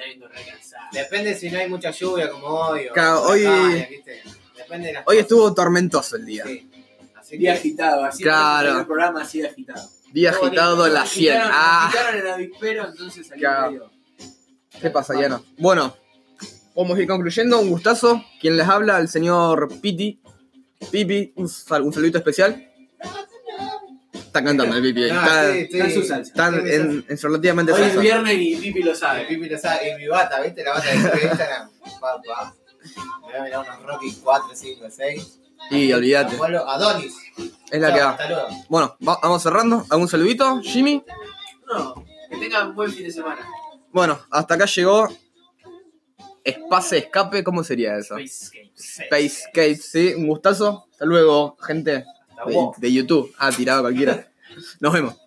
[SPEAKER 3] Depende si no hay mucha lluvia como hoy. O
[SPEAKER 2] Claro, hoy-
[SPEAKER 3] huracanes, ¿viste? Depende de las
[SPEAKER 2] Hoy
[SPEAKER 3] cosas.
[SPEAKER 2] estuvo tormentoso el día.
[SPEAKER 3] Sí. Así
[SPEAKER 1] Día
[SPEAKER 3] que,
[SPEAKER 1] agitado, así
[SPEAKER 2] Claro.
[SPEAKER 1] empezó el programa así de agitado.
[SPEAKER 2] Día agitado en la 100.
[SPEAKER 1] Agitaron-
[SPEAKER 2] Ah.
[SPEAKER 1] agitaron en la avispero, entonces salió
[SPEAKER 2] Claro.
[SPEAKER 1] medio-
[SPEAKER 2] ¿Qué pasa, Diana? Bueno, vamos a ir concluyendo. Un gustazo. Quien les habla, el señor Piti. Pipi, un, sal- un saludito especial. Está cantando el Pipi. ahí.
[SPEAKER 3] No,
[SPEAKER 2] Está,
[SPEAKER 3] Ah, sí, sí.
[SPEAKER 1] está en su salsa.
[SPEAKER 2] está
[SPEAKER 3] Estoy en mi
[SPEAKER 2] en, en su relativamente
[SPEAKER 1] Hoy es
[SPEAKER 2] salsa.
[SPEAKER 1] viernes y Pipi lo
[SPEAKER 3] salsa. El
[SPEAKER 1] sabe.
[SPEAKER 3] Pipi lo sabe. Y mi bata, ¿viste? La bata de Instagram. Papá. Me voy a mirar unos Rocky 4, 5, 6.
[SPEAKER 2] Y olvídate.
[SPEAKER 3] Vuelvo a Donis.
[SPEAKER 2] Es la que va.
[SPEAKER 3] Hasta luego.
[SPEAKER 2] Bueno, va- vamos cerrando. ¿Algún saludito, Jimmy?
[SPEAKER 1] No, que tengan buen fin de semana.
[SPEAKER 2] Bueno, hasta acá llegó. Espace escape, ¿cómo sería eso? Space Cave, sí. Un gustazo. Hasta luego, gente
[SPEAKER 3] Hasta
[SPEAKER 2] de, de YouTube. Ah, tirado cualquiera. Nos vemos.